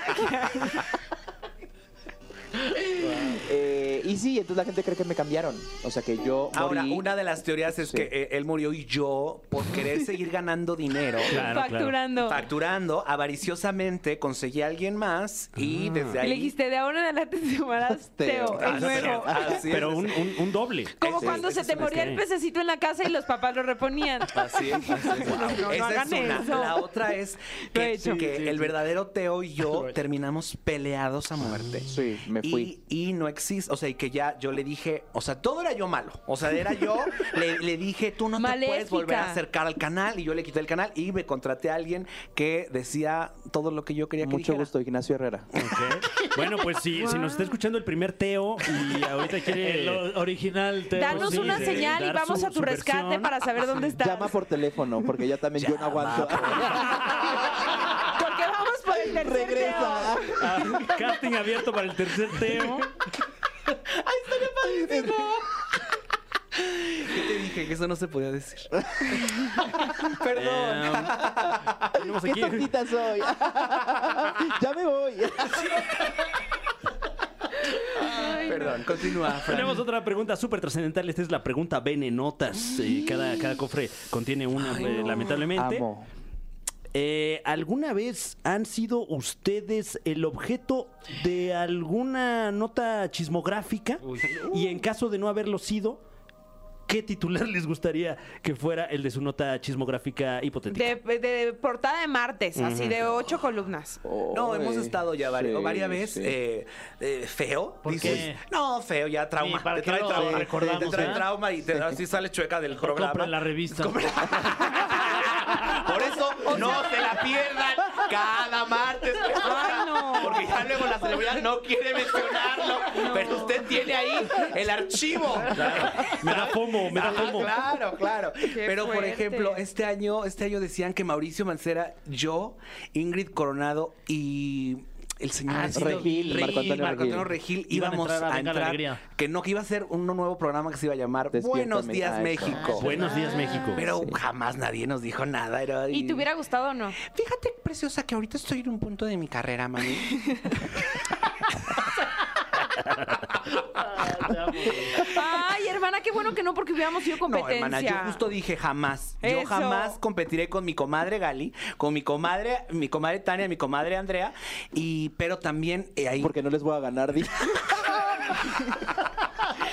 Speaker 8: Eh, y sí, entonces la gente cree que me cambiaron. O sea que yo.
Speaker 4: Ahora,
Speaker 8: morí-
Speaker 4: una de las teorías es
Speaker 8: Sí.
Speaker 4: que eh, él murió y yo, por querer seguir ganando dinero,
Speaker 2: Claro, claro.
Speaker 1: facturando.
Speaker 4: facturando, avariciosamente conseguí a alguien más
Speaker 8: Ah.
Speaker 4: y desde
Speaker 1: Y
Speaker 4: ahí.
Speaker 1: le dijiste, de ahora en adelante te llamarás Teo,
Speaker 8: Teo.
Speaker 4: Ah,
Speaker 1: el
Speaker 4: no,
Speaker 1: nuevo.
Speaker 4: Así es,
Speaker 2: Pero un,
Speaker 4: así
Speaker 2: un- un doble.
Speaker 1: Como
Speaker 4: Ese-
Speaker 1: cuando
Speaker 4: ese
Speaker 1: se te
Speaker 4: es Pues un
Speaker 1: moría el
Speaker 2: esquema.
Speaker 1: pececito en la casa y los papás lo reponían.
Speaker 4: Así es, así es.
Speaker 1: no
Speaker 4: Esa
Speaker 1: hagan
Speaker 4: es una.
Speaker 1: eso.
Speaker 4: La otra es
Speaker 1: Lo he
Speaker 4: que,
Speaker 1: hecho.
Speaker 4: que
Speaker 1: Sí,
Speaker 4: el verdadero Teo y yo terminamos peleados a muerte.
Speaker 1: Ah,
Speaker 8: Sí, me fui.
Speaker 4: Y, y no existe, o sea, y que ya yo le dije, o sea, todo era yo malo. O sea, era yo, le, le dije, tú no te puedes
Speaker 1: Maléfica.
Speaker 4: volver a acercar al canal. Y yo le quité el canal y me contraté a alguien que decía todo lo que yo quería que
Speaker 8: Mucho
Speaker 4: dijera.
Speaker 8: gusto, Ignacio Herrera.
Speaker 2: Ok. Bueno, pues si, si nos está escuchando el primer Teo y ahorita quiere.
Speaker 3: El o- original. te-
Speaker 1: Danos
Speaker 2: sí,
Speaker 1: una
Speaker 2: de
Speaker 1: señal y
Speaker 2: dar
Speaker 1: vamos
Speaker 2: su-
Speaker 1: a tu
Speaker 2: su
Speaker 1: rescate
Speaker 2: versión.
Speaker 1: para saber dónde estás.
Speaker 8: Llama por teléfono, porque ya también yo no aguanto.
Speaker 4: pues,
Speaker 1: Ah, Porque vamos por el tercer
Speaker 8: Regresa.
Speaker 1: dedo.
Speaker 2: Ah, casting abierto para el tercer Teo.
Speaker 4: ¿Qué te dije? Que eso no se podía decir. Perdón.
Speaker 2: Eh, tenemos
Speaker 8: ¿Qué
Speaker 2: aquí.
Speaker 8: tontita soy? ya me voy.
Speaker 4: Perdón, continúa, Fran.
Speaker 2: Tenemos otra pregunta súper trascendental. Esta es la pregunta venenotas. Eh, cada, cada cofre contiene una, eh, lamentablemente.
Speaker 8: Amo.
Speaker 2: Eh, ¿Alguna vez han sido ustedes el objeto de alguna nota chismográfica? Y en caso de no haberlo sido, ¿qué titular les gustaría que fuera el de su nota chismográfica hipotética?
Speaker 1: De, de portada de martes, así de ocho columnas.
Speaker 4: No,
Speaker 8: Oy.
Speaker 4: hemos estado ya vari-
Speaker 8: Sí,
Speaker 4: varias veces
Speaker 8: sí.
Speaker 4: eh, eh, feo.
Speaker 3: ¿Por
Speaker 4: dices,
Speaker 3: qué?
Speaker 4: no, feo, ya trauma.
Speaker 3: Sí, ¿para
Speaker 4: te
Speaker 3: qué
Speaker 4: trae
Speaker 3: lo
Speaker 4: trauma.
Speaker 3: recordamos,
Speaker 4: te trae
Speaker 3: eh?
Speaker 4: trauma y te así sale chueca del programa.
Speaker 3: compren la revista.
Speaker 4: Compren- Por eso no se la pierdan cada martes. persona, Porque ya luego la celebridad no quiere mencionarlo. Pero usted tiene ahí el archivo.
Speaker 2: Me da fomo, me da
Speaker 4: Ah,
Speaker 2: fomo.
Speaker 4: Claro, claro. Pero por
Speaker 1: fuerte.
Speaker 4: ejemplo, este año, este año decían que Mauricio Mancera, yo, Ingrid Coronado y el señor
Speaker 8: Ah,
Speaker 4: este-
Speaker 8: Regil, Marco Antonio
Speaker 4: Marco Antonio
Speaker 8: Regil.
Speaker 4: Regil,
Speaker 3: Iban a
Speaker 4: íbamos
Speaker 3: entrar a
Speaker 4: a
Speaker 3: Venga la
Speaker 4: entrar,
Speaker 3: Alegría.
Speaker 4: que no que iba a ser un nuevo programa que se iba a llamar
Speaker 8: Despiértame.
Speaker 4: Buenos días
Speaker 8: Ah, eso.
Speaker 4: México.
Speaker 2: Buenos días, México.
Speaker 4: Pero jamás nadie nos dijo nada. Era,
Speaker 1: ¿Y te hubiera gustado o no?
Speaker 4: Fíjate, preciosa, que ahorita estoy en un punto de mi carrera, mami.
Speaker 1: Ay, hermana, qué bueno que no, porque hubiéramos sido
Speaker 4: No,
Speaker 1: competencia.
Speaker 4: hermana, yo justo dije jamás. Yo
Speaker 1: Eso.
Speaker 4: jamás competiré con mi comadre Gali, con mi comadre, mi comadre Tania, mi comadre Andrea, y pero también eh, ahí.
Speaker 8: Porque no les voy a ganar. di-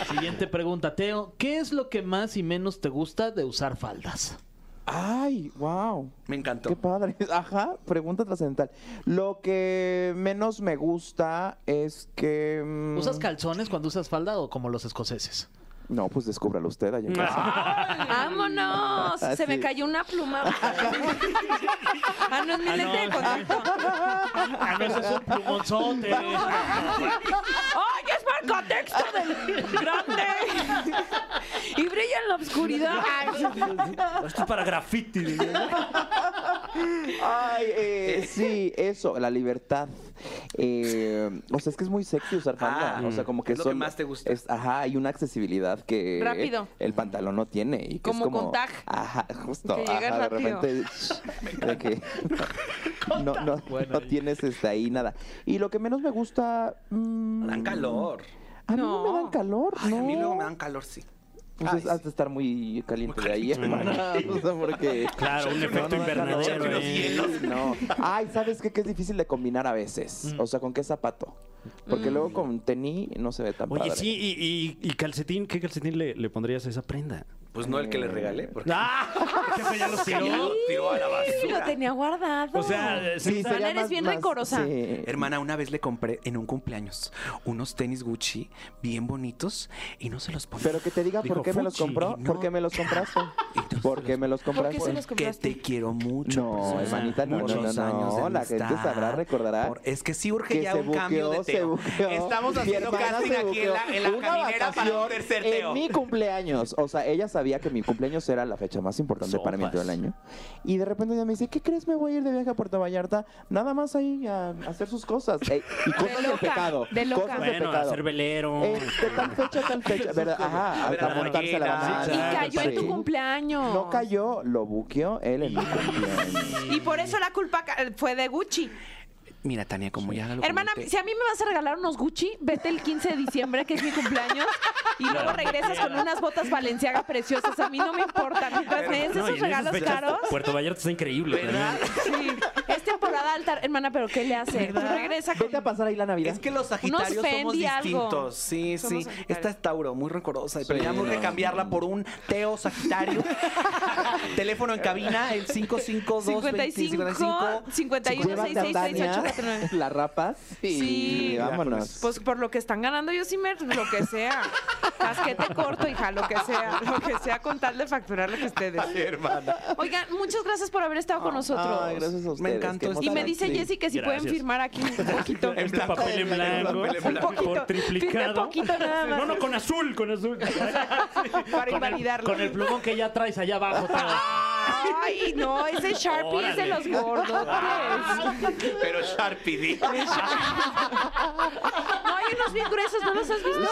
Speaker 3: Siguiente pregunta, Teo. ¿Qué es lo que más y menos te gusta de usar faldas?
Speaker 8: Ay, wow.
Speaker 4: me encantó.
Speaker 8: Qué padre. Ajá, pregunta trascendental. Lo que menos me gusta es que. mm,
Speaker 3: ¿Usas calzones cuando usas falda o como los escoceses?
Speaker 8: No, pues descúbralo usted allá en
Speaker 1: Ah.
Speaker 8: casa.
Speaker 1: ¡Vámonos! Se me
Speaker 8: Sí.
Speaker 1: cayó una pluma. ah, no, es mi
Speaker 3: Ah,
Speaker 1: lente de
Speaker 3: no.
Speaker 1: contacto.
Speaker 3: Ah, no, ese es un plumonzote.
Speaker 1: ¡Ay, es para el contexto del grande! y brilla en la oscuridad.
Speaker 2: Esto es para graffiti.
Speaker 8: Ay, eh, sí, eso, la libertad. Eh, o sea, es que es muy sexy usar falda.
Speaker 4: Ah,
Speaker 8: o sea, como que
Speaker 4: es lo que
Speaker 8: solo-
Speaker 4: más te gusta.
Speaker 8: es- ajá, hay una accesibilidad que
Speaker 1: Rápido.
Speaker 8: el pantalón no tiene. Y que
Speaker 1: Como
Speaker 8: es como
Speaker 1: con tag.
Speaker 8: Ajá, justo.
Speaker 1: Que llegas
Speaker 8: ajá, de
Speaker 1: rápido.
Speaker 8: repente. de que no, no, no tienes este, ahí nada. Y lo que menos me gusta. mm,
Speaker 4: Dan calor.
Speaker 8: A mí
Speaker 1: No.
Speaker 8: no, me dan calor,
Speaker 4: Ay,
Speaker 8: no.
Speaker 4: a mí luego me dan calor, sí.
Speaker 8: Pues
Speaker 4: Ay,
Speaker 8: es- has
Speaker 4: sí.
Speaker 8: de estar muy caliente de ahí, hermana. O sea, porque.
Speaker 2: Claro, un efecto
Speaker 8: no, no, no,
Speaker 2: invernadero.
Speaker 8: no,
Speaker 2: eh.
Speaker 8: No. Ay, ¿sabes qué? Que es difícil de combinar a
Speaker 4: Mm.
Speaker 8: veces. O sea, ¿con qué zapato? Porque luego con tenis no se ve tan
Speaker 2: Oye,
Speaker 8: padre.
Speaker 2: sí, y, y- y calcetín, ¿qué calcetín le, le pondrías a esa prenda?
Speaker 4: Pues no el que le regalé, porque
Speaker 2: ¡Ah! Ese ya lo tiró.
Speaker 4: tiró a la
Speaker 1: Sí,
Speaker 4: basura.
Speaker 1: lo tenía guardado.
Speaker 2: O sea, se usa-
Speaker 8: sería
Speaker 1: eres bien rencorosa.
Speaker 8: sí.
Speaker 4: Hermana, una vez le compré en un cumpleaños unos tenis Gucci bien bonitos y no se los ponía.
Speaker 8: Pero que te diga
Speaker 2: Dijo,
Speaker 8: por qué me los
Speaker 2: "Fuchi",
Speaker 8: compró,
Speaker 4: y no.
Speaker 8: por qué me los compraste.
Speaker 4: Entonces
Speaker 8: ¿Por qué me los compraste?
Speaker 1: se los
Speaker 4: Que
Speaker 1: compraste?
Speaker 4: te quiero mucho.
Speaker 8: No,
Speaker 4: preciosa.
Speaker 8: hermanita, no, no, no,
Speaker 4: Muchos
Speaker 8: no.
Speaker 4: años de
Speaker 8: La gente
Speaker 4: amistad.
Speaker 8: sabrá, recordará
Speaker 4: Por- es que sí urge
Speaker 8: que
Speaker 4: ya
Speaker 8: se
Speaker 4: un cambio de
Speaker 8: buqueó, se
Speaker 4: teo.
Speaker 8: buqueó.
Speaker 4: Estamos
Speaker 8: Mi
Speaker 4: haciendo
Speaker 8: hermana
Speaker 4: casting
Speaker 8: se
Speaker 4: aquí en la,
Speaker 8: buqueó.
Speaker 4: en la
Speaker 8: Una
Speaker 4: caminera para un
Speaker 8: vacación
Speaker 4: tercer
Speaker 8: En
Speaker 4: teo.
Speaker 8: mi cumpleaños. O sea, ella sabía que mi cumpleaños era la fecha más importante para mí en todo el año. Y de repente ella me dice, ¿qué crees? Me voy a ir de viaje a Puerto Vallarta. Nada más ahí a hacer sus cosas. Ey, y cosas de,
Speaker 1: loca,
Speaker 8: pecado.
Speaker 1: de loca.
Speaker 8: Cosas de
Speaker 2: Bueno,
Speaker 8: pecado.
Speaker 2: hacer velero.
Speaker 8: Este, tal fecha, tal fecha. ¿Verdad? Ajá,
Speaker 4: A ver, a
Speaker 8: hasta
Speaker 4: la
Speaker 8: montarse la
Speaker 4: ballena.
Speaker 8: banana.
Speaker 4: Sí,
Speaker 1: Y
Speaker 4: claro,
Speaker 1: cayó
Speaker 2: pues,
Speaker 1: en tu
Speaker 8: Sí.
Speaker 1: cumpleaños.
Speaker 8: No cayó, lo buqueó él en mi cumpleaños.
Speaker 1: Y por eso la culpa ca- fue de Gucci.
Speaker 4: Mira, Tania, como ya lo
Speaker 1: Hermana,
Speaker 4: comenté,
Speaker 1: si a mí me vas a regalar unos Gucci, vete el 15 de diciembre, que es mi cumpleaños, y luego regresas con unas botas valenciagas preciosas. A mí no me importa. Mientras me des
Speaker 2: No,
Speaker 1: esos
Speaker 2: y en esas
Speaker 1: regalos
Speaker 2: fechas,
Speaker 1: caros.
Speaker 2: Puerto Vallarta está increíble.
Speaker 4: ¿Verdad?
Speaker 2: también.
Speaker 1: Sí. Es temporada alta, hermana, pero ¿qué le hace? Regresa con...
Speaker 8: Vete a pasar ahí la Navidad.
Speaker 4: Es que los Sagitarios somos
Speaker 1: Fendi, algo.
Speaker 4: distintos. Sí,
Speaker 1: Somos
Speaker 4: sí.
Speaker 1: Sagitarios.
Speaker 4: Esta es Tauro, muy rencorosa. Pero
Speaker 8: Sí,
Speaker 4: ya vamos a
Speaker 8: no.
Speaker 4: cambiarla por un Teo Sagitario. Teléfono en cabina, el 552
Speaker 1: 55
Speaker 4: 25
Speaker 1: 51
Speaker 8: Llévate a
Speaker 1: 66
Speaker 8: Tania.
Speaker 1: tener-
Speaker 8: La rapas y
Speaker 1: Sí.
Speaker 8: vámonos.
Speaker 1: Pues por lo que están ganando yo sí me lo que sea. Casquete corto, hija, lo que sea, lo que sea con tal de facturar lo que ustedes.
Speaker 7: hermana.
Speaker 1: Oigan, muchas gracias por haber estado con nosotros.
Speaker 8: Ah, Ay, gracias a ustedes.
Speaker 7: encantó
Speaker 8: qué
Speaker 1: Y me dice
Speaker 8: emoción.
Speaker 1: Jessy que si
Speaker 3: Gracias.
Speaker 1: pueden firmar aquí un poquito.
Speaker 3: Este papel en blanco,
Speaker 7: papel en
Speaker 1: Un poquito.
Speaker 3: por
Speaker 1: Firme
Speaker 3: triplicado.
Speaker 1: poquito nada más.
Speaker 3: No, no, con azul, con azul.
Speaker 1: para
Speaker 3: Con el,
Speaker 1: invalidarlo.
Speaker 3: con el plumón que ya traes allá abajo.
Speaker 1: Ah, Ay, no, ese Sharpie es de
Speaker 3: Órale. Ah,
Speaker 1: los pues. gordotes.
Speaker 7: Pero Sharpie dijo.
Speaker 1: No, hay unos bien gruesos, ¿no los has visto?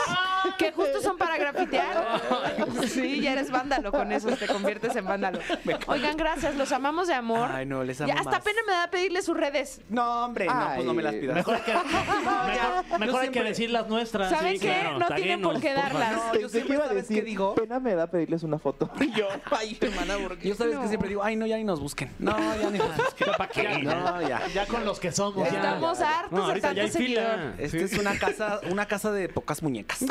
Speaker 1: Que justo son para grafitear. Sí, ya eres vándalo con esos, te conviertes en vándalo. Oigan, gracias, los amamos de amor.
Speaker 7: Ay, no, les amo
Speaker 1: Ya hasta
Speaker 7: más.
Speaker 1: pena me da pedirles sus redes.
Speaker 7: No, hombre, no, pues no me las
Speaker 8: Ay.
Speaker 7: pidas.
Speaker 3: Mejor hay que, mejor, mejor hay que
Speaker 7: siempre-
Speaker 3: decir las nuestras.
Speaker 1: ¿Saben
Speaker 3: Sí,
Speaker 1: qué?
Speaker 3: claro,
Speaker 1: no tienen por
Speaker 3: taguenos,
Speaker 1: qué
Speaker 3: favor.
Speaker 1: darlas.
Speaker 7: No, yo
Speaker 8: Pensé que
Speaker 7: siempre
Speaker 8: iba a
Speaker 7: sabes
Speaker 8: decir,
Speaker 7: Pues, qué digo.
Speaker 8: pena me da pedirles una foto.
Speaker 7: Yo, ay, hermana, ¿por qué? Yo sabes que siempre digo, ay, no, ya ni nos busquen. No, ya ni nos busquen.
Speaker 3: ¿Para qué?
Speaker 7: No, ya.
Speaker 3: Ya con los que somos. ya.
Speaker 1: Estamos hartos
Speaker 3: No,
Speaker 1: de
Speaker 3: ahorita ya
Speaker 1: tanto
Speaker 3: hay
Speaker 1: seguidor.
Speaker 3: fila.
Speaker 7: Esta es una casa, una casa de pocas muñecas.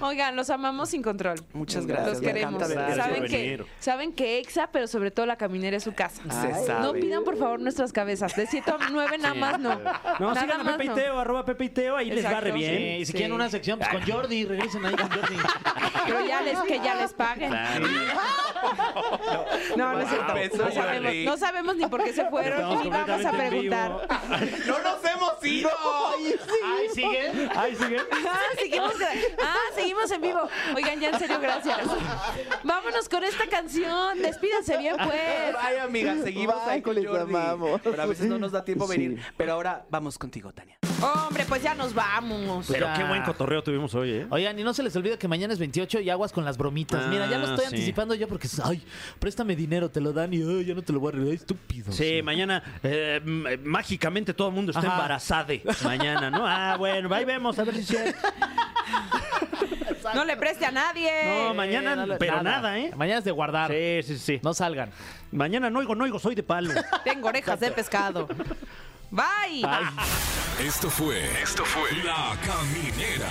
Speaker 1: Oigan, los amamos sin control.
Speaker 7: Muchas gracias.
Speaker 1: Los
Speaker 7: me
Speaker 1: queremos.
Speaker 7: encanta verlos.
Speaker 3: Gracias
Speaker 1: Saben
Speaker 3: por
Speaker 1: que,
Speaker 3: venir.
Speaker 1: saben que Exa, pero sobre todo la caminera es su casa.
Speaker 7: Se sabe.
Speaker 1: No pidan por favor nuestras cabezas. De 7 a 9 nada más no.
Speaker 2: No,
Speaker 1: Nada
Speaker 2: sigan a
Speaker 1: más
Speaker 2: Pepe y
Speaker 1: no.
Speaker 2: Teo, arroba Pepe y Teo, ahí les va
Speaker 1: Exacto.
Speaker 2: re
Speaker 3: Sí,
Speaker 2: bien.
Speaker 3: y si
Speaker 1: Sí.
Speaker 3: quieren una sección, pues
Speaker 2: Ah.
Speaker 3: con Jordi, regresen ahí con Jordi.
Speaker 1: Pero ya les, que ya les paguen. No, no es cierto.
Speaker 7: Beso,
Speaker 1: No sabemos,
Speaker 7: Jordi.
Speaker 1: no sabemos ni por qué se fueron.
Speaker 3: Estamos
Speaker 1: Ni vamos a
Speaker 3: completamente en
Speaker 1: preguntar.
Speaker 3: vivo.
Speaker 7: ¡No nos hemos ido!
Speaker 3: Ahí sigue.
Speaker 2: Ahí sigue.
Speaker 1: Ah, seguimos, gra- ah, seguimos en vivo. Oigan, ya en serio, gracias. Vámonos con esta canción. Despídanse bien, pues.
Speaker 7: Ay, amiga, seguimos
Speaker 8: Bye,
Speaker 7: ahí con
Speaker 8: les
Speaker 7: Jordi.
Speaker 8: amamos.
Speaker 7: Pero a veces no nos da tiempo
Speaker 8: Sí.
Speaker 7: venir. Pero ahora vamos contigo, Tania.
Speaker 1: Hombre, pues ya nos vamos.
Speaker 3: Pero
Speaker 2: Qué buen cotorreo tuvimos hoy, ¿eh?
Speaker 3: Oigan, y no se les olvide que mañana es 28 y aguas con las bromitas. Mira, ya lo estoy
Speaker 2: Ah, sí.
Speaker 3: anticipando yo porque, ay, préstame dinero, te lo dan y ay, ya no te lo voy a arreglar, estúpido.
Speaker 2: Oh, Sí, mañana eh, m- mágicamente todo el mundo está
Speaker 3: Ajá.
Speaker 2: embarazado. Mañana, ¿no? Ah, bueno, ahí vemos, a ver si es cierto.
Speaker 1: No le preste a nadie.
Speaker 2: No, mañana,
Speaker 3: no le-
Speaker 2: pero nada, ¿eh?
Speaker 3: Mañana es de guardar.
Speaker 2: Sí, sí, sí.
Speaker 3: No salgan.
Speaker 2: Mañana no oigo, no oigo, soy de palo.
Speaker 1: Tengo orejas de pescado. Bye.
Speaker 6: Esto fue. Esto fue. La Caminera.